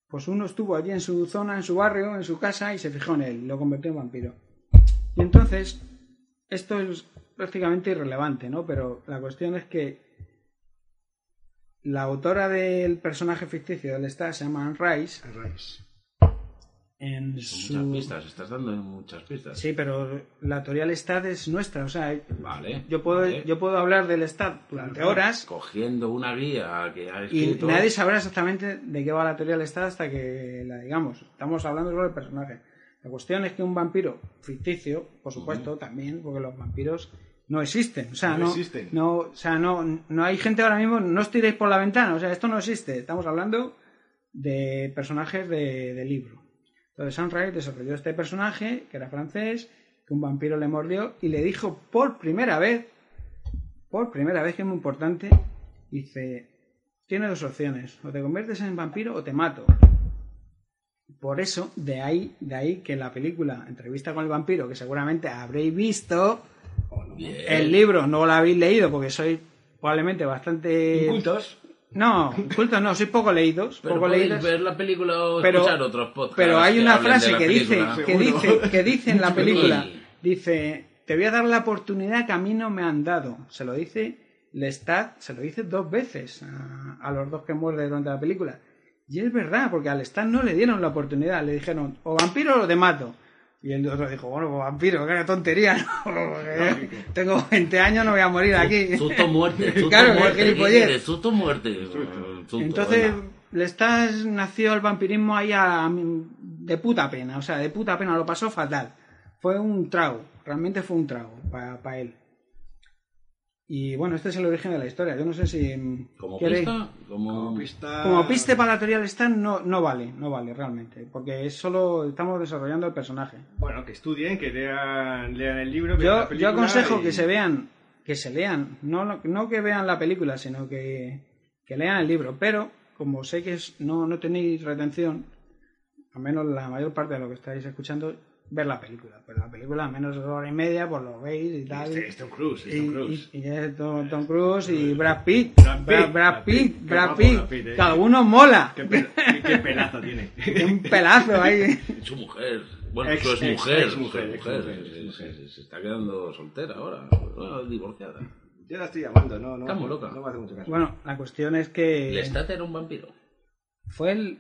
pues uno estuvo allí en su zona, en su barrio, en su casa y se fijó en él, lo convirtió en vampiro. Y entonces, esto es prácticamente irrelevante, ¿no? Pero la cuestión es que la autora del personaje ficticio del Star se llama Anne Rice. En
Son Muchas
su...
pistas, estás dando muchas pistas.
Sí, pero la teoría del Star es nuestra. O sea,
Vale.
yo puedo,
vale.
yo puedo hablar del Star durante horas
Cogiendo una guía que ha
y
escrito.
nadie sabrá exactamente de qué va la teoría del Star hasta que la digamos. Estamos hablando solo del personaje. La cuestión es que un vampiro ficticio, por supuesto, también, porque los vampiros no existen. O sea, no,
No existen.
no- o sea, no, no hay gente ahora mismo, no os tiréis por la ventana. O sea, esto no existe. Estamos hablando de personajes de, de libro. Entonces, Sunrise desarrolló este personaje, que era francés, que un vampiro le mordió y le dijo por primera vez, por primera vez, que es muy importante, dice, tiene dos opciones, o te conviertes en vampiro o te mato. Por eso, de ahí, de ahí que la película Entrevista con el vampiro, que seguramente habréis visto,
Bien.
Eh,
el libro no lo habéis leído porque sois probablemente bastante...
Incultos.
No, cultos no, sois poco leídos.
Pero
poco
podéis
leídos.
ver la película o
Pero-
escuchar otros podcasts.
Pero hay
que
una
hablen de
frase
la
que dice,
película.
que
Seguro.
dice, que dice en la película,
Sí.
dice, te voy a dar la oportunidad que a mí no me han dado. Se lo dice Lestat, se lo dice dos veces a, a los dos que muerde durante la película. Y es verdad, porque a Lestat no le dieron la oportunidad, le dijeron, o vampiro o te mato. Y el otro dijo, bueno, pues vampiro, qué tontería, ¿no? Porque tengo 20 años, no voy a morir aquí.
Susto muerte, susto
Claro,
muerte. ¿qué
gilipollez.
quieres? Susto muerte. Susto,
Entonces,
venga.
le estás nació el vampirismo ahí a, de puta pena, o sea, de puta pena, lo pasó fatal. Fue un trago, realmente fue un trago para él. Y bueno, este es el origen de la historia. Yo no sé si. mm,
como
queréis-
pista, como
Como pista.
Como piste para la teoría del stand no, no vale, no vale realmente. Porque es solo estamos desarrollando el personaje.
Bueno, que estudien, que lean, lean el libro. que vean la
Yo, yo
película
aconsejo
y-
que se vean, que se lean, no, no- no que vean la película, sino que, que lean el libro. Pero, como sé que es- no, no tenéis retención, al menos la mayor parte de lo que estáis escuchando, ver la película. Pues la película, al menos de hora y media, pues lo veis y tal.
Este- es Tom Cruise, es
Y-
Tom Cruise.
Y, y es Tom, Tom Cruise y Brad Pitt.
Brad Pitt,
Bra- Brad
Brad
Pitt,
Pitt, qué
Brad
guapo
Pitt.
Brad Pitt, eh.
Que algunos mola.
Qué, pel- qué- qué pelazo tiene.
Un pelazo ahí.
su mujer, bueno,
Ex-
su
ex-
exmujer, su
exmujer,
exmujer,
exmujer,
sí,
exmujer.
sí, sí, se está quedando soltera ahora, bueno, divorciada.
Yo la estoy llamando, no, no.
Está muy loca.
No me hace mucho caso.
Bueno, la cuestión es que.
Lestat era un vampiro.
fue el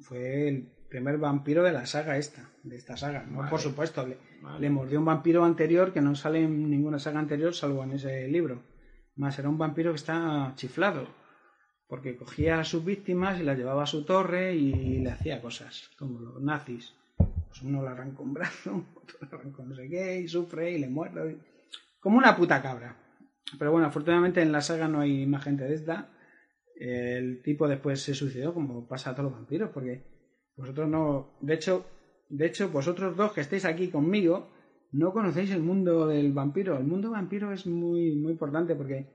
fue el primer vampiro de la saga esta, de esta saga, ¿no?
Vale.
Por supuesto, le,
Vale.
le mordió un vampiro anterior que no sale en ninguna saga anterior salvo en ese libro. Más era un vampiro que está chiflado, porque cogía a sus víctimas y las llevaba a su torre y le hacía cosas, como los nazis. Pues uno le arranca un brazo, otro le arranca no sé qué, y sufre y le muerde. Como una puta cabra. Pero bueno, afortunadamente en la saga no hay más gente de esta. El tipo después se suicidó, como pasa a todos los vampiros, porque vosotros no. De hecho, de hecho, vosotros dos que estáis aquí conmigo, no conocéis el mundo del vampiro. El mundo vampiro es muy, muy importante porque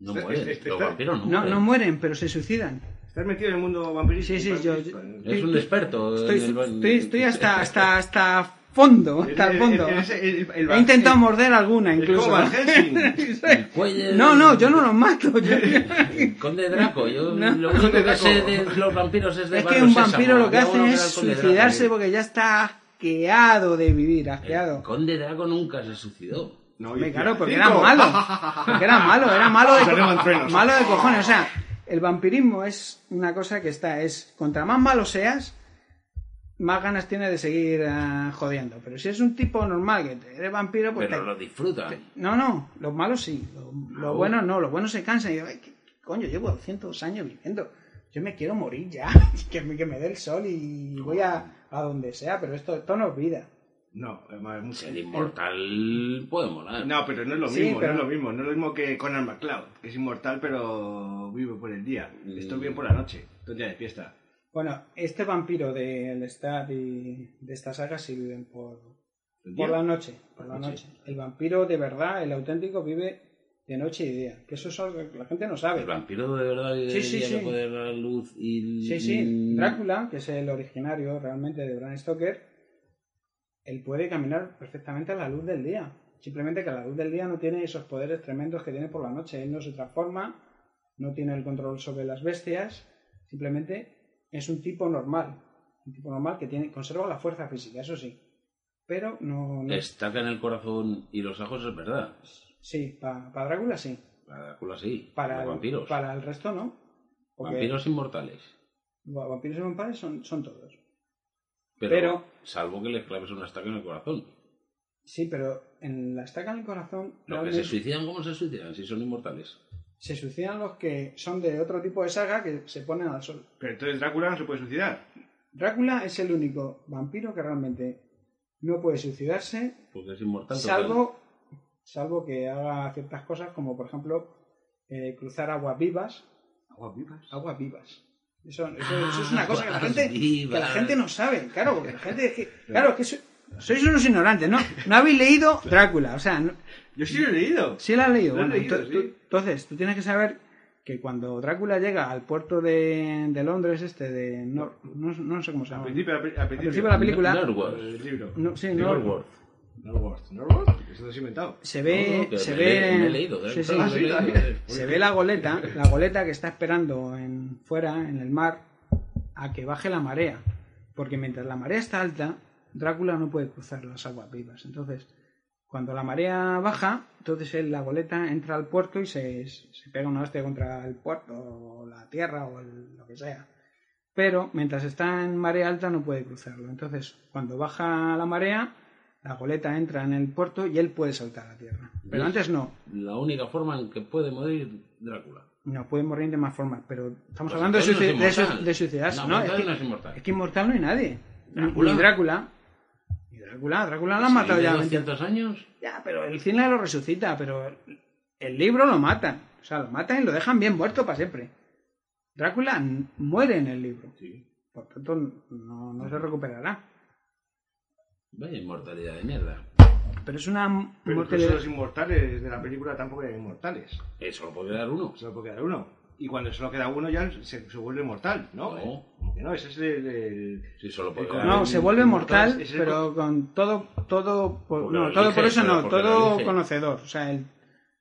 No
Este-
mueren,
este-
los
este-
vampiros no,
no,
mueren.
no mueren, pero se suicidan.
¿Estás metido en el mundo vampirístico?
Sí, sí, yo- yo-
Es un experto.
Estoy,
en Pues el-
estoy, estoy hasta, hasta, hasta fondo, hasta el fondo.
Es- es- es- el- el-
He intentado morder alguna
es
incluso.
como Van Helsing.
El cuello-
No, no, yo no los mato. yo-
El Conde Draco, yo
No.
lo único
Conde
que
Draco.
sé de los vampiros es de
Es que
Barrio
un
Sésamo.
vampiro lo que
Yo
hace
conozco
es
al Conde Draco.
suicidarse porque ya está asqueado de vivir,
El
asqueado.
Conde Draco nunca se suicidó.
No,
Hombre,
oye,
claro, porque
cinco.
era malo. Porque era malo, era malo de,
Salieron truenos.
malo de cojones. O sea, el vampirismo es una cosa que está, es contra más malo seas, más ganas tienes de seguir ah, jodiendo. Pero si es un tipo normal que te- eres vampiro, pues
Pero
te-
lo disfrutan.
No, no, los malos sí. Los, los buenos no, los buenos se cansan y dicen, "Ay, ¿qué coño, llevo 200 años viviendo. Yo me quiero morir ya. que, me, que me dé el sol y voy a, a donde sea, pero esto, esto no es vida.
No, es mucho.
El inmortal puede molar.
No, pero no es lo
Sí,
mismo,
pero-
no es lo mismo. No es lo mismo que Conan McCloud, que es inmortal pero vive por el día.
Mm.
Estoy bien por la noche, todo el día de fiesta.
Bueno, este vampiro del Star y de esta saga sí viven por,
¿El
por
día?
la noche. Por la noche. El vampiro de verdad, el auténtico, vive de noche y día. Que eso es algo que la gente no sabe.
El vampiro de verdad que
Sí, sí,
día
sí.
le puede dar la luz y...
Sí,
Mm.
sí, Drácula, que es el originario realmente de Bram Stoker, él puede caminar perfectamente a la luz del día. Simplemente que a la luz del día no tiene esos poderes tremendos que tiene por la noche. Él no se transforma, no tiene el control sobre las bestias, simplemente es un tipo normal. Un tipo normal que tiene, conserva la fuerza física, eso sí. Pero no. no-
Estaca en el corazón y los ojos, es verdad.
Sí, para Drácula sí.
Para Drácula sí.
Para,
Para
el-
vampiros.
para el resto no. Porque
Vampiros inmortales.
va- vampiros y vampiros son, son todos.
Pero,
Pero-
salvo que les claves una estaca en el corazón.
Sí, pero en la estaca en el corazón.
Los que
realmente-
se suicidan, ¿cómo se suicidan? Si son inmortales.
se suicidan los que son de otro tipo de saga que se ponen al sol.
Pero entonces Drácula no se puede suicidar.
Drácula es el único vampiro que realmente no puede suicidarse,
Porque es inmortal. total.
salvo, salvo que haga ciertas cosas como, por ejemplo, eh, cruzar aguas vivas.
Aguas vivas.
Aguas vivas. Eso, eso- eso es una cosa que la,
Ah, Aguas
gente, que la
vivas.
gente no sabe, claro, porque la gente... es que- claro, es que so- sois unos ignorantes, ¿no? No habéis leído Drácula, o sea, no-
Yo sí lo he leído.
Sí la has leído.
La he
Bueno,
leído,
ento-
sí.
tú- entonces, tú tienes que saber que cuando Drácula llega al puerto de, de Londres, este de... Nor- no, no sé cómo se
Al
llama.
principio, al, pri- al
Al
principio.
principio de la película...
Norworth.
El libro.
no, sí, Nor-
Norworth.
Norworth. Norworth. Eso lo has inventado.
se
No,
ve...
no, que
se
me
ve...
le- me he leído, de
sí, sí.
verdad,
Ah, sí,
me he leído,
también.
eh.
se ve la goleta, la goleta que está esperando en, fuera, en el mar, a que baje la marea. Porque mientras la marea está alta, Drácula no puede cruzar las aguas vivas. Entonces, cuando la marea baja, entonces él, la goleta entra al puerto y se, se pega una hostia contra el puerto, o la tierra, o el- lo que sea. Pero mientras está en marea alta no puede cruzarlo. Entonces, cuando baja la marea, la goleta entra en el puerto y él puede saltar a tierra. Pero
¿Ves?
antes no.
La única forma en que puede morir Drácula.
No, puede morir de más formas, pero estamos
Pues
hablando de,
entonces
suicid-
no
de,
es
su-
inmortal.
de suicidarse,
No,
¿no?
inmortal
es, que,
no es inmortal.
es que inmortal no hay nadie.
Drácula.
Ni Drácula. Ni Drácula, Drácula lo han
Si
matado
vive
ya.
200 años?
Ya, pero el cine lo resucita, pero el libro lo matan. O sea, lo matan y lo dejan bien muerto para siempre. Drácula n- muere en el libro.
Sí.
Por tanto, no, no se recuperará.
Vaya inmortalidad de mierda.
Pero es una
Pero
mortalidad.
incluso los inmortales de la película tampoco eran inmortales.
Eh, solo puede dar uno.
Solo puede quedar uno. Y cuando solo queda uno ya se, se vuelve mortal, ¿no? ¿Eh?
No.
Como que no, ese es el... el-
Sí, solo puede
Eh,
dar
claro,
No,
uno.
el-
se vuelve
el
mortal,
mortal es el
pero con todo, todo, por,
Porque
no,
lo
todo por
elige,
eso
pero
no,
porque lo
todo
elige.
conocedor. O sea, el-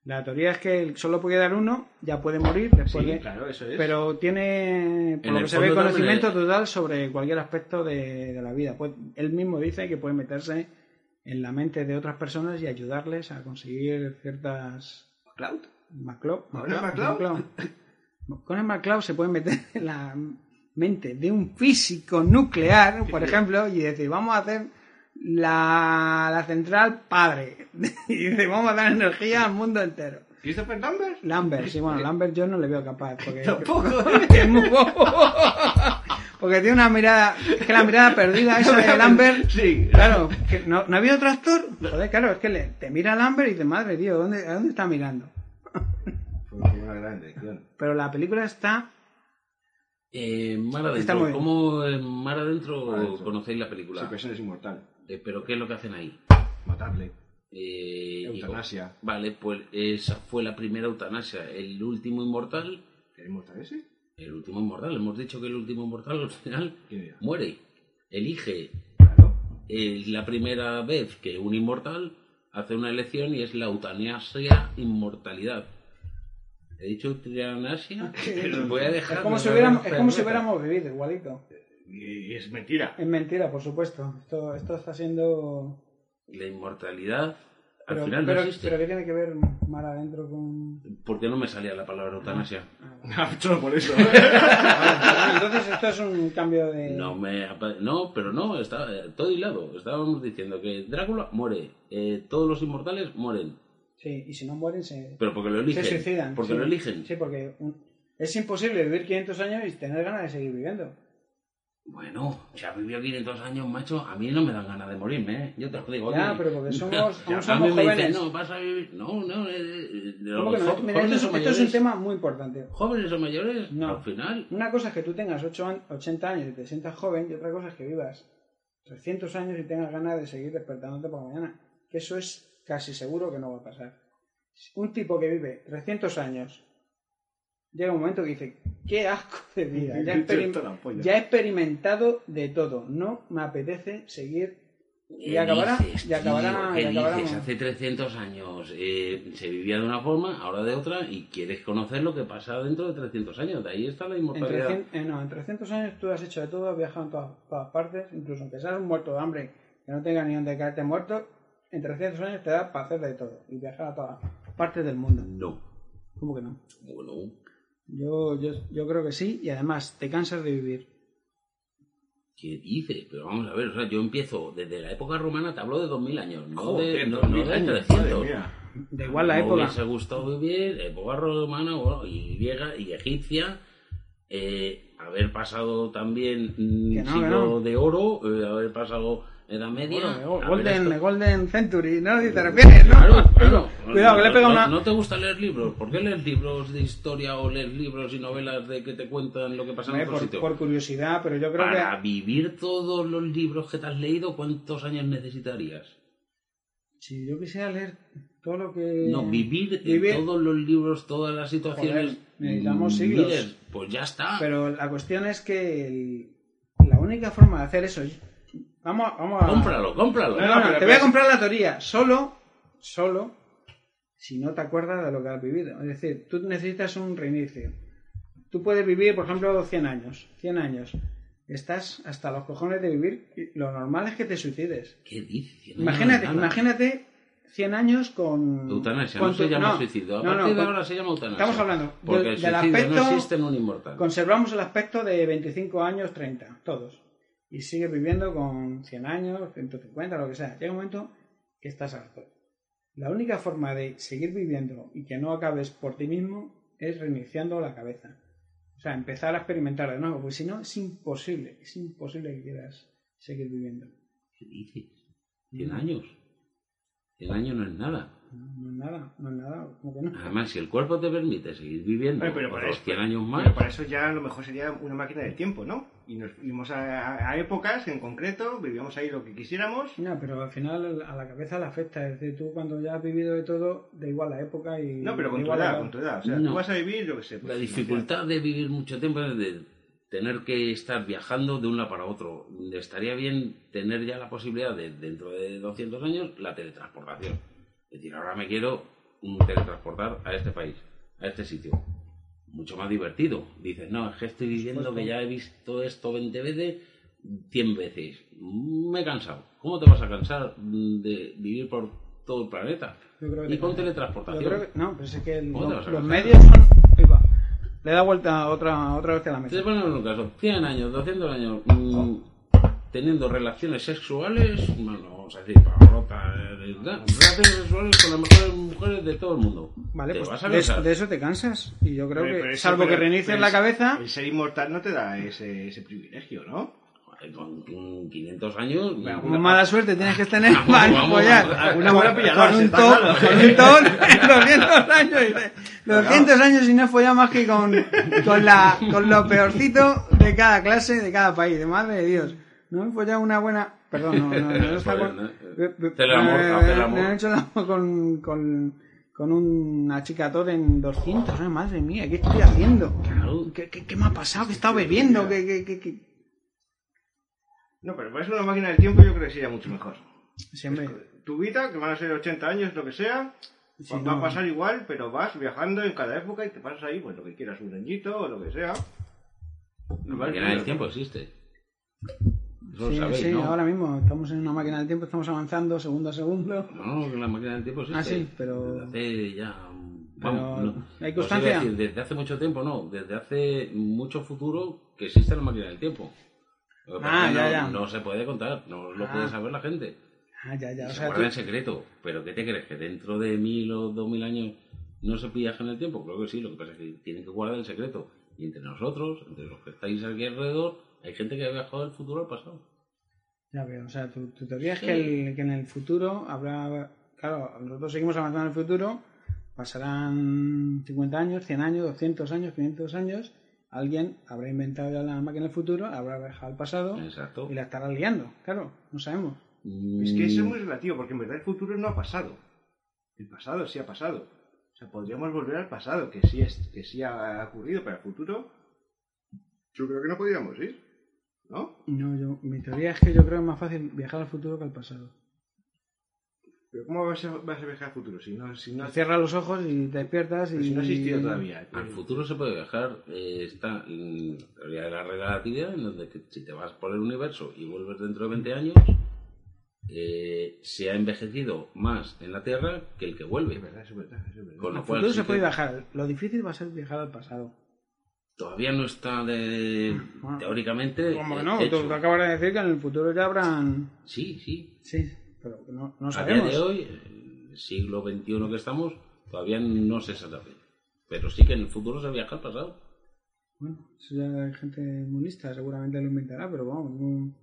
la teoría es que él solo puede dar uno, ya puede morir
Pues
después
Sí,
de-
claro, eso es.
Pero tiene, por
En
lo
el
que se ve,
fondo,
conocimiento
hombre,
total sobre cualquier aspecto de, de la vida. Pues, él mismo dice que puede meterse en la mente de otras personas y ayudarles a conseguir ciertas...
Cloud.
MacLeod.
¿Conan
MacLeod. Conan MacLeod se puede meter en la mente de un físico nuclear, por ejemplo, y decir, vamos a hacer la, la central padre. Y dice, vamos a dar energía al mundo entero.
Christopher Lambert.
Lambert, sí, bueno, Lambert yo no le veo capaz. Porque
Tampoco.
es muy bobo. Porque tiene una mirada, es que la mirada perdida esa de Lambert.
Sí.
Claro, que no, no había otro actor. Joder, claro, es que le- te mira Lambert y dice, madre, tío, ¿dónde, ¿a dónde está mirando?
Fue una gran elección.
Pero la película está.
Eh, Mar
Está
Adentro.
muy bien.
¿Cómo en Mar Adentro
Mar Adentro.
conocéis la
Sí,
película?
pero
pues,
ese no es inmortal.
Eh, ¿Pero qué es lo que hacen ahí?
Matarle.
Eh, y-
Eutanasia.
Vale, pues esa fue la primera eutanasia. El último inmortal...
¿Qué inmortal ese?
El último inmortal. Hemos dicho que el último inmortal al final
¿Quién era?
muere. Elige
Claro.
es la primera vez que un inmortal hace una elección y es la eutanasia inmortalidad. He dicho eutanasia, pero voy a dejar.
Es como,
de
si
hablar
hubiéramos, es
cerveza.
como si hubiéramos vivido igualito.
Y, y es mentira.
Es mentira, por supuesto. Esto, esto está siendo.
La inmortalidad al
Pero,
final
pero-
no existe.
pero ¿qué tiene que ver mar adentro con.?
¿Por qué no me salía la palabra eutanasia?
Solo por eso.
Ah, entonces esto es un cambio de.
No, me, apa- no, pero no, está eh, todo hilado. Estábamos diciendo que Drácula muere, eh, todos los inmortales mueren,
Sí, y si no mueren se,
pero porque lo
se
eligen.
suicidan.
porque
sí.
lo eligen.
Sí, porque un- es imposible vivir 500 años y tener ganas de seguir viviendo.
Bueno, si has vivido 500 años, macho, a mí no me dan ganas de morirme, ¿eh? Yo te lo digo.
Ya,
aquí.
pero porque somos-
Ya,
somos
a mí me
jóvenes.
dicen, no, vas a vivir... No, no, eh, eh, de
¿Cómo
los
que no?
jo-
Mira, esto,
jóvenes
es,
o
esto es
mayores...
un tema muy importante.
Jóvenes o mayores,
No.
al final...
Una cosa es que tú tengas 8 an- 80 años y te sientas joven, y otra cosa es que vivas 300 años y tengas ganas de seguir despertándote por la mañana. Que eso es casi seguro que no va a pasar. Un tipo que vive 300 años, llega un momento que dice: ¡Qué asco de vida! Ya he, experim-
Esto la polla.
ya he experimentado de todo. No me apetece seguir. Y
¿qué
acabará-
dices,
y acabará-
tío?
y
¿Qué
acabará-
dices? Hace 300 años eh, se vivía de una forma, ahora de otra, y quieres conocer lo que pasa dentro de 300 años. De ahí está la
En
inmortalidad.
300, eh, no, en 300 años tú has hecho de todo, has viajado en todas, todas partes, incluso aunque seas un muerto de hambre, que no tengas ni donde caerte muerto, en 300 años te da para hacer de todo y viajar a todas partes del mundo.
No.
¿Cómo que no?
Bueno,
Yo, yo, yo creo que sí, y además te cansas de vivir.
¿qué dices? Pero vamos a ver, o sea, yo empiezo desde la época romana, te hablo de 2000 años, no de,
Joder,
no, no
2000
de
años,
300.
madre mía.
Da igual la
Me
época.
hubiese gustado vivir época romana bueno, y griega y egipcia. eh, haber pasado también mm,
Que no,
siglo
que no.
de oro, eh, haber pasado Edad Media.
Bueno, go-
haber
golden,
esto-
Golden Century, ¿no? Si te refieres, ¿no?
Claro, claro.
Cuidado, que le he
No-
pegado
no,
una...
no te gusta leer libros. ¿Por qué lees libros de historia o lees libros y novelas de que te cuentan lo que pasa en
Eh,
otro
por,
sitio?
por curiosidad, pero yo creo
Para
que...
vivir todos los libros que te has leído, ¿cuántos años necesitarías?
Si yo quisiera leer todo lo que...
No, vivir,
Eh, Vivir-
todos los libros, todas las situaciones.
Joder, necesitamos siglos.
miles, pues ya está.
Pero la cuestión es que el- la única forma de hacer eso. Vamos, a- vamos a.
Cómpralo, pues- cómpralo.
No, no, no, te voy a comprar la teoría. Solo, solo, si no te acuerdas de lo que has vivido. Es decir, tú necesitas un reinicio. Tú puedes vivir, por ejemplo, 100 años. 100 años. Estás hasta los cojones de vivir. y Lo normal es que te suicides.
¿Qué dices? No,
Imagínate,
nada.
imagínate 100 años con.
Eutanasia,
con
no se
tu-
llama
no,
suicidio. A
no, no,
partir de
con-
ahora se llama eutanasia.
Estamos hablando
Porque
del-
el
del
suicidio no
aspecto-
existe en un inmortal.
Conservamos el aspecto de 25 años 30, todos. y sigues viviendo con 100 años, 150, lo que sea. Llega un momento que estás harto. La única forma de seguir viviendo y que no acabes por ti mismo es reiniciando la cabeza. O sea, empezar a experimentar de nuevo, porque si no es imposible, es imposible que quieras seguir viviendo.
¿Qué dices? ¿Cien años? El año no es nada.
No, no es nada, no es nada, como que no.
Ah.
Además, si el cuerpo te permite seguir viviendo
Bueno, pero para
otros
eso-
100 años más,
Pero para eso ya lo mejor sería una máquina del tiempo, ¿no? Y nos fuimos a, a épocas en concreto, vivíamos ahí lo que quisiéramos.
No, pero al final a la cabeza le afecta. Es decir, tú cuando ya has vivido de todo, da igual la época y.
No, pero con
da
tu
igual
edad,
la-
con tu edad. O sea,
No.
tú vas a vivir, yo qué sé. pues,
la dificultad de vivir mucho tiempo es de tener que estar viajando de un lado para otro. Estaría bien tener ya la posibilidad de, dentro de 200 años, la teletransportación. Es decir, ahora me quiero mm, teletransportar a este país, a este sitio. Mucho más divertido. Dices, no, es que estoy viviendo que ya he visto esto 20 veces, 100 veces. Mm, Me he cansado. ¿Cómo te vas a cansar mm, de vivir por todo el planeta?
Yo creo que
Y
te-
con
Yo
teletransportación.
creo que- no, pero es que el-
¿Cómo te vas
los,
a
los
gastar?
medios son. Ahí va. Le da vuelta otra, otra vez a la mesa.
Entonces, bueno, en un caso, 100 años, 200 años, mm, teniendo relaciones sexuales, bueno, vamos a decir, pavarota, eh, eh, relaciones sexuales con las mejores mujeres de todo el mundo.
Vale,
Te
pues
vas a
de, eso-
cansar.
de eso te cansas. Y yo creo
Hombre,
que,
pero eso-
salvo que
pero-
reinicies
pero
la
es-
cabeza,
El ser inmortal no te da ese, ese privilegio, ¿no?
Joder, Con con 500 años, mm,
como mala suerte tienes que tener
Vamos,
para no
Ah, vamos,
follar.
vamos,
alguna buena
Con-
pilladora,
Con
se
un
está
ton,
claro.
con un ton, 200 años. dice, 200 años y no he follado más que con, con, la, con lo peorcito de cada clase, de cada país. De madre de Dios. No he follado una buena. Perdón, no, no, no, no está con.
Follando, eh.
eh, eh,
Hacer el amor,
eh,
hacer el amor.
me han hecho el amor con, con, con una chica Todd en 200. Ay, madre mía, ¿qué estoy haciendo? ¿Qué, qué, qué me ha pasado? ¿Qué he estado bebiendo? ¿Qué, qué, qué, qué?
No, pero para eso una máquina del tiempo yo creo que sería mucho mejor.
Siempre.
Tu vida, que van a ser 80 años, lo que sea,
Sí,
va,
no.
va a pasar igual, pero vas viajando en cada época y te pasas ahí, pues lo que quieras, un añito o lo que sea.
la máquina del tiempo existe. Eso lo
Sí,
sabéis,
sí,
¿no?
ahora mismo estamos en una máquina del tiempo, estamos avanzando segundo a segundo.
No, que la máquina del tiempo existe.
Ah, sí,
Desde
pero-
hace ya... Vamos,
Pero,
no. Os
¿hay
iba a
constancia?
decir, desde hace mucho tiempo, no. Desde hace mucho futuro que existe la máquina del tiempo. Lo que pasa
Ah,
es que
ya,
no,
ya.
no se puede contar, no lo
Ah.
puede saber la gente.
Ah, ya, ya. O
se
sea,
guarda en
tú-
secreto. ¿Pero qué te crees? ¿Que dentro de mil o dos mil años no se viaja en el tiempo? Creo que sí, lo que pasa es que tienen que guardar el secreto. Y entre nosotros, entre los que estáis aquí alrededor, hay gente que ha viajado del futuro al pasado.
ya veo, o sea, tu, tu teoría es que, el- que en el futuro habrá. Claro, nosotros seguimos avanzando en el futuro, pasarán 50 años, 100 años, 200 años, 500 años. Alguien habrá inventado ya la máquina del futuro, habrá viajado al pasado
Exacto.
y la estará liando. Claro, no sabemos.
Es que eso es muy relativo, porque en verdad el futuro no ha pasado. El pasado sí ha pasado. O sea, podríamos volver al pasado, que sí, es, que sí ha ocurrido, pero al futuro yo creo que no podríamos ir, ¿no?
No, yo, mi teoría es que yo creo que es más fácil viajar al futuro que al pasado.
Pero ¿cómo vas a, vas a viajar al futuro si no, si no,
Cierra los ojos y te despiertas
pero
y.
si no ha existido todavía?
Al futuro se puede viajar. eh, está en la teoría de la relatividad, en donde que si te vas por el universo y vuelves dentro de 20 años, eh, se ha envejecido más en la Tierra que el que vuelve.
Es verdad, es verdad, es verdad.
Con lo
Al
cual,
futuro
sí
se puede
que
viajar. Lo difícil va a ser viajar al pasado.
todavía no está de,
Bueno,
teóricamente.
Como que
eh,
no,
hecho.
tú, tú acabas de decir que en el futuro ya habrán.
Sí, sí.
Sí, pero que no, no
A día
sabemos.
de hoy, en el siglo XXI que estamos, todavía no se sabe. Pero sí que en el futuro se viaja al pasado.
Bueno, eso ya hay gente muy lista, seguramente lo inventará, pero vamos, no-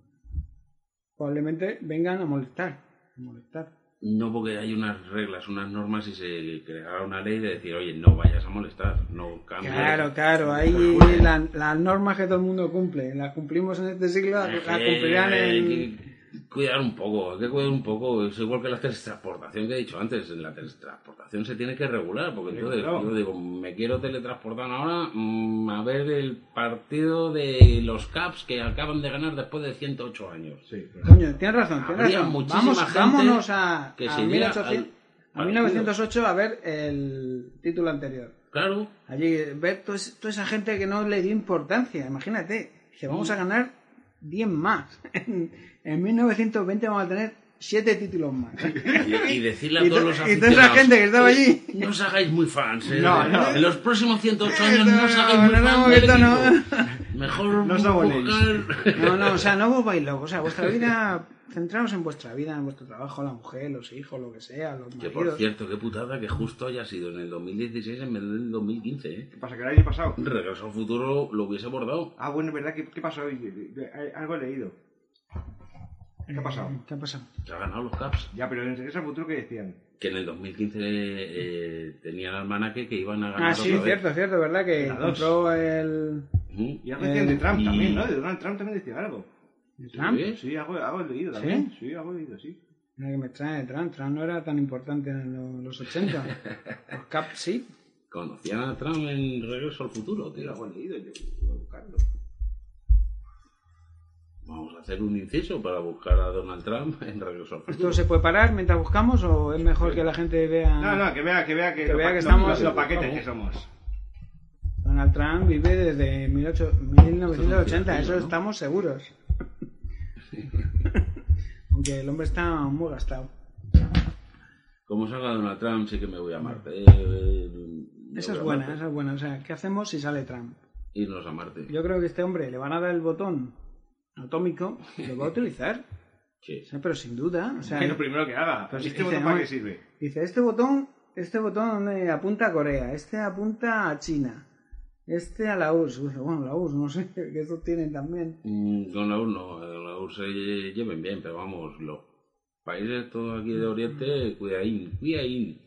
probablemente vengan a molestar. A molestar.
No, porque hay unas reglas, unas normas y se creará una ley de decir, oye, no vayas a molestar, no cambies.
Claro, claro, ahí la- las normas que todo el mundo cumple, las cumplimos en este siglo, las
Eh,
las cumplirán
Hay
en.
que cuidar un poco, hay que cuidar un poco. Es igual que la teletransportación que he dicho antes. En la teletransportación se tiene que regular, porque entonces
claro.
yo digo, me quiero teletransportar ahora mm, a ver el partido de los Caps que acaban de ganar después de 108 años.
Sí, pero-
Coño, tienes razón, tienes
Habría
razón.
muchísima
Vamos,
gente
vámonos a,
que
a
se iría
1800
al-
a 1908 a ver el título anterior.
Claro,
Allí, ver toda es- toda esa gente que no le dio importancia, imagínate, que vamos a ganar 10 más. En, en 1920 vamos a tener 7 títulos más.
y, y decirle a
Y
todos
to-
los
y toda esa
aficionados,
gente que estaba allí.
No os hagáis muy fans, ¿eh?
No, no.
En los próximos 108 años
Eso
no os hagáis muy
no, no,
fans del
esto no.
equipo. no. Mejor
No os abonéis.
buscar...
No, no, o sea, no vos vais locos. O sea, vuestra vida, centraos en vuestra vida, en vuestro trabajo, la mujer, los hijos, lo que sea, los
Que por
maridos.
cierto, qué putada que justo haya sido en el 2016 en vez del 2015, ¿eh?
¿Qué pasa? ¿Que el año pasado?
Regreso al futuro lo hubiese abordado.
Ah, bueno, ¿verdad? ¿Qué, qué pasó hoy? Eh, Algo he leído. ¿Qué ha pasado?
¿Qué ha pasado?
Se ha ganado los Caps.
Ya, pero en ese futuro que decían.
Que en el 2015 eh, tenía el almanaque que iban a ganar.
Ah, sí,
otra vez.
cierto, cierto, ¿verdad? Que
La dos.
encontró el...
Ujú.
Y algo decían de
Eh,
Trump
y-
también, ¿no? De Donald Trump también decían algo.
el Trump.
¿Sí?
Sí, algo, algo he leído también. Sí, algo he leído, sí.
Mira que me trae el Trump. Trump no era tan importante en lo- los 80. Los Caps sí.
Conocían a Trump en Regreso al Futuro,
Sí,
tío.
algo he leído. Yo voy a buscarlo.
Vamos a hacer un inciso para buscar a Donald Trump en Regreso al
¿Esto
Futuro.
se puede parar mientras buscamos o es mejor que la gente vea
No, no, que vea que, vea que,
Que
lo-
vea que
lo-
estamos-
los, los paquetes que somos.
Donald Trump vive desde 18 1980?
Esto es un
Eso
tío, ¿no?
estamos seguros. Aunque el hombre está muy gastado.
Como salga Donald Trump, sí que me voy a Marte. Eh, eh, me
Esa
voy
es
a
buena,
Marte.
esa es buena. O sea, ¿qué hacemos si sale Trump?
Irnos a Marte.
Yo creo que este hombre le van a dar el botón atómico, lo va a utilizar,
Sí.
o sea, pero sin duda. O sea,
Que es lo primero que haga.
Pero
Pero
sí
¿Este
que
botón
se
para
llama-
qué sirve?
Dice, este botón, este botón eh, apunta a Corea, este apunta a China, este a la URSS. Dice, Bueno, la URSS, no sé, que estos tienen también.
Mm, Con la URSS no, con la URSS se lle- lleven bien, pero vamos, los países todos aquí de Oriente, cuidaín, cuidaín.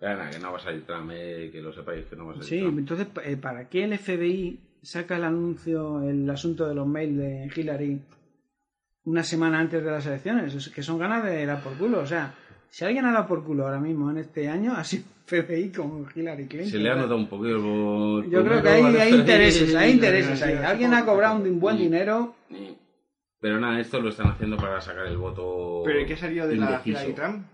Gana, que no vas a ir Trump, eh, que lo sepáis que no vas a ir
Sí,
Trump.
entonces, pa- eh, ¿para qué el FBI saca el anuncio, el asunto de los mails de Hillary una semana antes de las elecciones? Es que son ganas de dar por culo. O sea, si alguien ha dado por culo ahora mismo en este año, ha sido FBI con Hillary Clinton.
Se le ha notado un poquito. el
Yo creo
primero,
que hay,
¿vale?
hay intereses, hay intereses
sí,
ahí.
sí,
Alguien
sí.
ha cobrado un buen dinero.
Eh, Pero nada, esto lo están haciendo para sacar el voto.
¿Pero ¿y qué ha salido de la
indeciso.
Hillary Trump?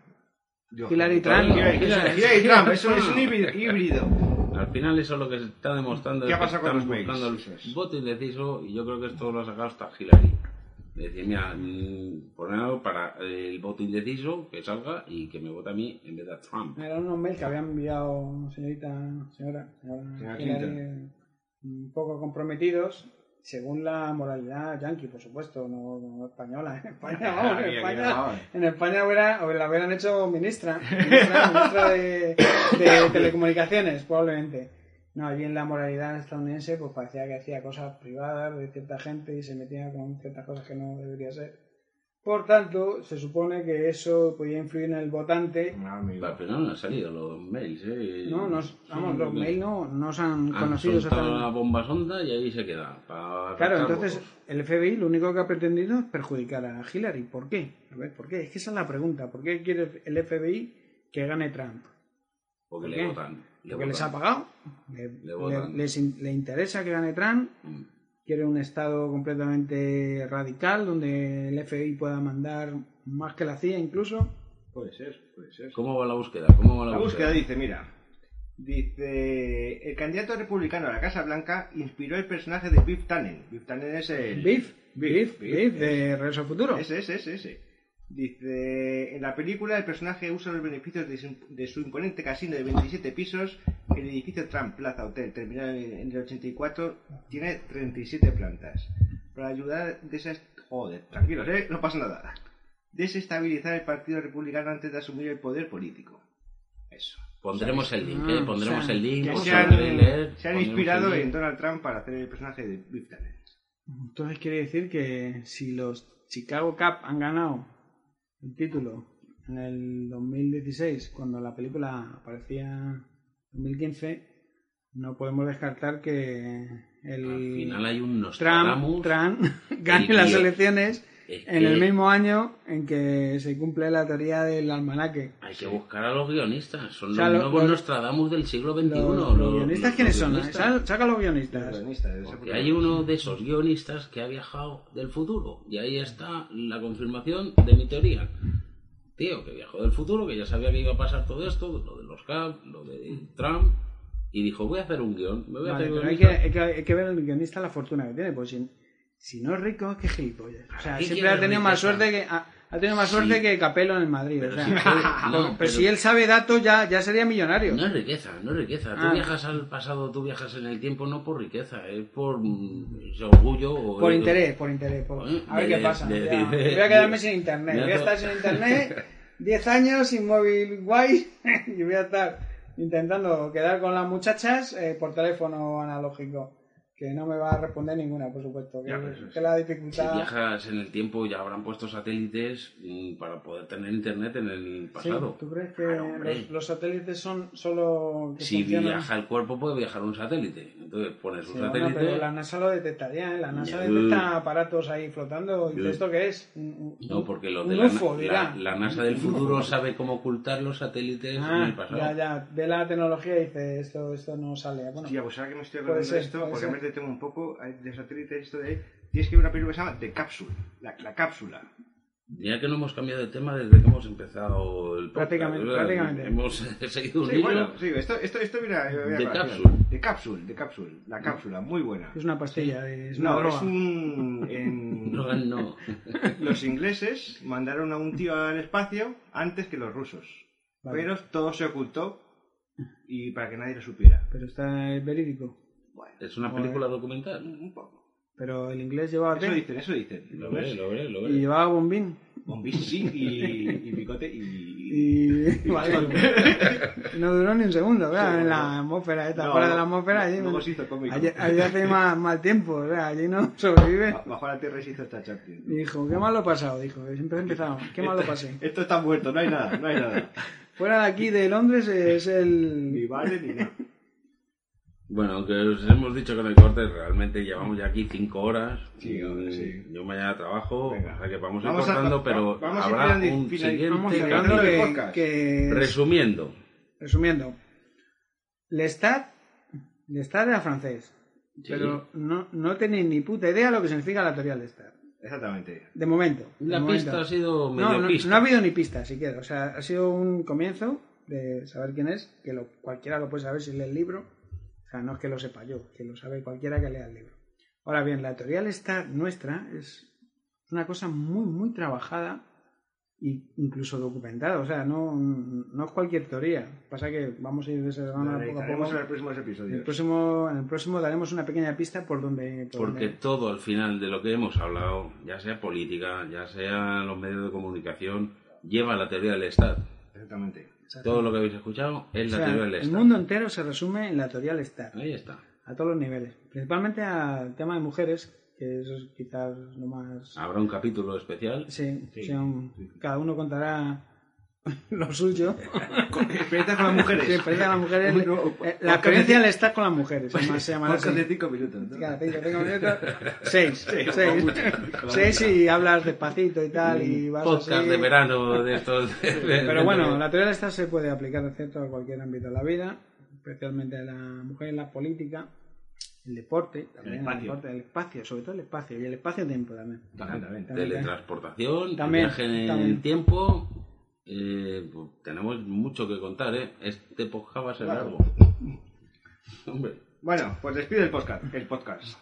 Yo-
Hillary Trump.
Hillary
Hillary-
Hillary Trump, eso es
Hillary
un híbrido. híbrido.
Al final eso es lo que se está demostrando.
¿Qué
es
ha
que
pasado con
están buscando
los mails? Pues
el
Eso es.
voto indeciso y yo creo que esto lo ha sacado hasta Hillary. Es decir, mira, mm, poner algo para eh, el voto indeciso que salga y que me vote a mí en vez de a Trump.
Eran unos mails que había enviado señorita, señora,
Señora
señora
Clinton.
Hillary, eh, un poco comprometidos, según la moralidad yanqui, por supuesto, no, no española. En España, vamos, en
Aquí, aquí,
España,
vamos.
en España hubiera- o la hubieran hecho ministra, ministra, ministra de, de telecomunicaciones, probablemente. No, allí en la moralidad estadounidense, pues parecía que hacía cosas privadas de cierta gente y se metía con ciertas cosas que no debería ser. Por tanto, se supone que eso podía influir en el votante
No, amigo.
Al final no han salido los mails, ¿eh?
no, no, vamos, los mails no, no se han
Han
conocido
soltado la
exactamente.
bomba sonda y ahí se queda. para
Claro,
captar
entonces
votos.
el FBI lo único que ha pretendido es perjudicar a Hillary. ¿Por qué? A ver, ¿por qué? Es que esa es la pregunta. ¿Por qué quiere el FBI que gane Trump?
Porque
¿qué?
le votan. le
¿Porque les ha
votan.
pagado? ¿Le,
votan.
le- les in- le interesa que gane Trump?
Mm.
¿Quiere un Estado completamente radical donde el FBI pueda mandar más que la CIA incluso?
Puede ser, puede ser.
¿Cómo va la búsqueda? ¿Cómo va la,
La búsqueda dice, mira, dice, el candidato republicano a la Casa Blanca inspiró el personaje de Biff Tannen. Biff Tannen es el...
Biff, Biff,
Biff,
Biff, de Regreso al Futuro.
Ese, ese, ese, ese. Dice, en la película el personaje usa los beneficios de su, de su imponente casino de 27 pisos, el edificio Trump Plaza Hotel, terminado en, en el 84, tiene 37 plantas. Para ayudar a desas... Joder, tranquilos, eh, no pasa nada. Desestabilizar el Partido Republicano antes de asumir el poder político. Eso.
Pondremos el link,
Ah,
¿eh? Pondremos
o sea,
el link.
que
por
se
si
han,
lo queréis leer,
se han
pondremos
inspirado
el
en
link.
Donald Trump para hacer el personaje de Biff Tannen.
Entonces quiere decir que si los Chicago Cup han ganado el título en el 2016, cuando la película aparecía en 2015, no podemos descartar que
Al final
el
hay un
Trump,
Nostradamus.
Trump gane
el
las
tío.
elecciones
Es
en el
que
mismo año en que se cumple la teoría del almanaque.
Hay que buscar a los guionistas. Son
O sea,
los
lo-
nuevos
los-
Nostradamus del siglo XXI.
Los, los guionistas,
los
¿quiénes son?
guionistas.
Sal- Saca los guionistas.
Porque
Porque
hay uno de esos guionistas que ha viajado del futuro. Y ahí está la confirmación de mi teoría. Tío, que viajó del futuro, que ya sabía que iba a pasar todo esto, lo de los Cap, lo de Trump. Y dijo, voy a hacer un guión. Me voy a
Vale,
hacer
pero hay que,
guionista.
hay, que, hay que ver el guionista la fortuna que tiene, pues si, si no es rico, es que gilipollas. O sea,
¿Qué
siempre
quiere
ha tenido más
riqueza?
suerte que. Ha, Ha tenido más
Sí.
suerte que Capello en el Madrid.
Pero
o sea,
sí, pero- no,
pero
pero-
si él sabe datos, ya, ya sería millonario.
No es riqueza, no es riqueza. Tú
Ah.
viajas al pasado, tú viajas en el tiempo no por riqueza, es por mm, orgullo. o-
Por interés, por interés. por-
Oye,
A ver
de-
qué pasa.
de-
ya.
de-
Voy a quedarme
de-
sin internet.
de-
Voy a estar sin internet 10 años, sin móvil guay. Y voy a estar intentando quedar con las muchachas eh, por teléfono analógico. Que no me va a responder ninguna, por supuesto. Que,
Ya, pero eso es-
que la
Si
dificultad.
viajas en el tiempo ya habrán puesto satélites mm, para poder tener internet en el
Sí,
pasado.
¿Tú crees que
Claro, hombre.
los, los satélites son solo. que
si
funcionan?
viaja el cuerpo puede viajar un satélite. Entonces pones
Sí,
un
bueno,
satélite...
pero la NASA lo detectaría, ¿eh? La NASA
Ya.
detecta aparatos ahí flotando. ¿Y
Ya.
esto qué es? Un- un-
No, porque lo
un
de la,
UFO,
la-
dirá.
la NASA del futuro sabe cómo ocultar los satélites en
Ah,
el pasado.
ya, ya. Ve la tecnología y dice, esto, esto no sale. Bueno,
Hostia, pues ahora que me estoy
Puede
acordando
ser,
de esto,
puede
porque
ser.
me tengo un poco eh, de satélite esto de... Tienes que ver una película que se llama The Capsule, la, la cápsula.
Mira que no hemos cambiado de tema desde que hemos empezado el podcast.
Prácticamente,
¿verdad?
prácticamente.
Hemos seguido un
Sí,
hilo.
bueno, sí, esto, esto, esto mira... eh, mira
The
mira,
Capsule.
The Capsule, The Capsule, la cápsula, muy buena.
es una pastilla, es una
No,
droga.
es un... en-
No, no.
los ingleses mandaron a un tío al espacio antes que los rusos.
Vale.
Pero todo se ocultó y para que nadie lo supiera.
Pero está es verídico.
Es una película documental.
Un poco.
Pero el inglés llevaba
Eso
té
dicen, eso dicen.
Lo veré, lo veré, lo
y
veré.
llevaba bombín.
Bombín sí y, y picote y...
Y vale, no duró ni un segundo, claro,
Sí,
en
bueno.
la atmósfera, esta,
No,
fuera de
no,
la atmósfera,
no,
allí,
luego
me-
se hizo cómico.
allí, allí hace más mal tiempo, o sea, allí no sobrevive.
Ba- Bajo la tierra y se hizo esta Chaplin.
Y Dijo, qué mal lo he pasado, dijo, que siempre he empezado, qué mal lo pasé.
Esto está muerto, no hay nada, no hay nada.
Fuera de aquí de Londres es
Ni
el...
vale ni nada.
Bueno, aunque os hemos dicho que no hay cortes, realmente llevamos ya aquí cinco horas.
Sí, ahora sí.
Yo mañana trabajo,
Venga.
o sea que vamos,
Vamos
a
a-
ir cortando,
va-
pero
vamos a ir
habrá
finali-
un
finali-
siguiente
Vamos
Sí,
cerrando
hablando de
que,
podcast.
que-
Resumiendo,
resumiendo, Lestat, Lestat era francés, pero no, no tenéis ni puta idea lo que significa la teoría Lestat,
Exactamente.
de momento. de
la
momento.
pista ha sido medio
No, no,
pista.
no ha habido ni pista siquiera. O sea, ha sido un comienzo de saber quién es, que lo, cualquiera lo puede saber si lee el libro. O sea, no es que lo sepa yo, que lo sabe cualquiera que lea el libro. Ahora bien, la teoría esta nuestra es una cosa muy, muy trabajada e incluso documentada. O sea, no, no es cualquier teoría. Pasa que vamos a ir desarrollando poco a
Analizaremos en los
poco.
próximos
En el
episodios.
próximo, en el próximo daremos una pequeña pista por donde... por
Porque
donde-
todo al final de lo que hemos hablado, ya sea política, ya sea los medios de comunicación, lleva la teoría del Estado.
Exactamente.
Todo lo que habéis escuchado es la
O sea,
teoría del
el
Estado.
mundo entero se resume en la teoría del Estado.
Ahí está.
a todos los niveles, principalmente al tema de mujeres, que eso es quizás lo más...
Habrá un capítulo especial.
Sí,
Ah. Sí,
o sea, un- cada uno contará lo suyo.
Experiencias con las mujeres.
Sí, experiencia con las mujeres.
Uno-
Eh, la experiencia le está con las mujeres,
Pues
además Pues se llamará
Podcast de
así.
cinco minutos. ¿no?
Cada cinco, cinco minutos, seis, seis,
como mucho, como
seis y hablas despacito y tal
Mm.
y vas
Podcast
así.
de verano de estos. Eh,
Pero bueno, la teoría de estas se puede aplicar ¿cierto? a cualquier ámbito de la vida, especialmente a la mujer, la política, el deporte, también el,
espacio.
deporte, el espacio, sobre todo el espacio, y el espacio-tiempo también.
Exactamente.
Teletransportación,
También,
viaje en
también.
el tiempo. eh, pues, tenemos mucho que contar, ¿eh? Este podcast va a ser
Claro.
largo. Hombre,
Bueno, pues despide el podcast. El podcast.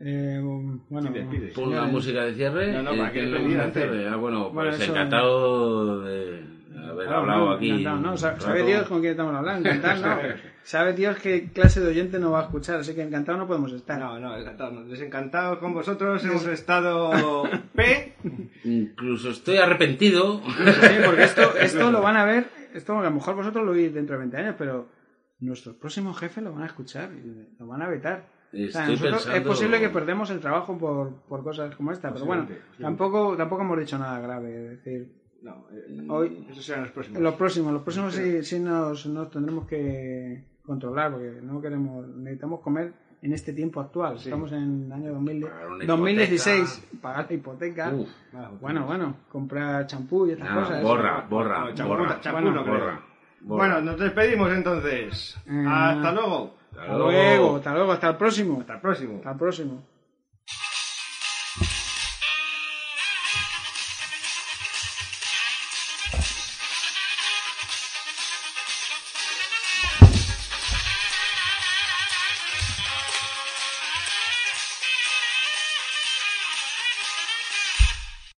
Eh, bueno, ah,
Sí, despide.
pon la
Señores.
música de cierre.
No, no,
eh,
para que
¿quién
lo
la música de
antes.
cierre? Ah, bueno,
Bueno,
pues
eso-
encantado de haber
claro,
hablado
no,
aquí.
encantado, ¿no?
un
Sa- Sabe
rato.
Dios con quién estamos hablando, encantado, ¿no? Sabe Dios qué clase de oyente nos va a escuchar, así que encantado no podemos estar.
No, no, encantado. no. Desencantados con vosotros. Hemos estado P.
Incluso estoy arrepentido.
Sí, porque esto, esto lo van a ver, esto a lo mejor vosotros lo oís dentro de 20 años, pero nuestros próximos jefes lo van a escuchar y lo van a vetar. O
Estoy
sea, nosotros- Es
pensando-
posible que perdemos el trabajo por, por cosas como esta, pero bueno,
Posiblemente, posiblemente.
tampoco, tampoco hemos dicho nada grave. Es decir,
No, eh,
Hoy-
eso será en los próximos.
en los próximos, los próximos sí, sí nos, nos tendremos que controlar, porque no queremos, necesitamos comer en este tiempo actual.
Sí.
Estamos en el año 2000
Pagar una
2016, pagar la hipoteca.
Uf,
Ah,
Bueno, bueno, comprar champú y estas
nada,
cosas.
borra, borra,
No, champú,
borra,
champú
borra,
no creo.
borra,
Bueno, nos despedimos entonces.
Eh,
Hasta luego.
Hasta
Hasta luego, hasta luego, hasta el próximo.
Hasta el próximo.
Hasta el próximo.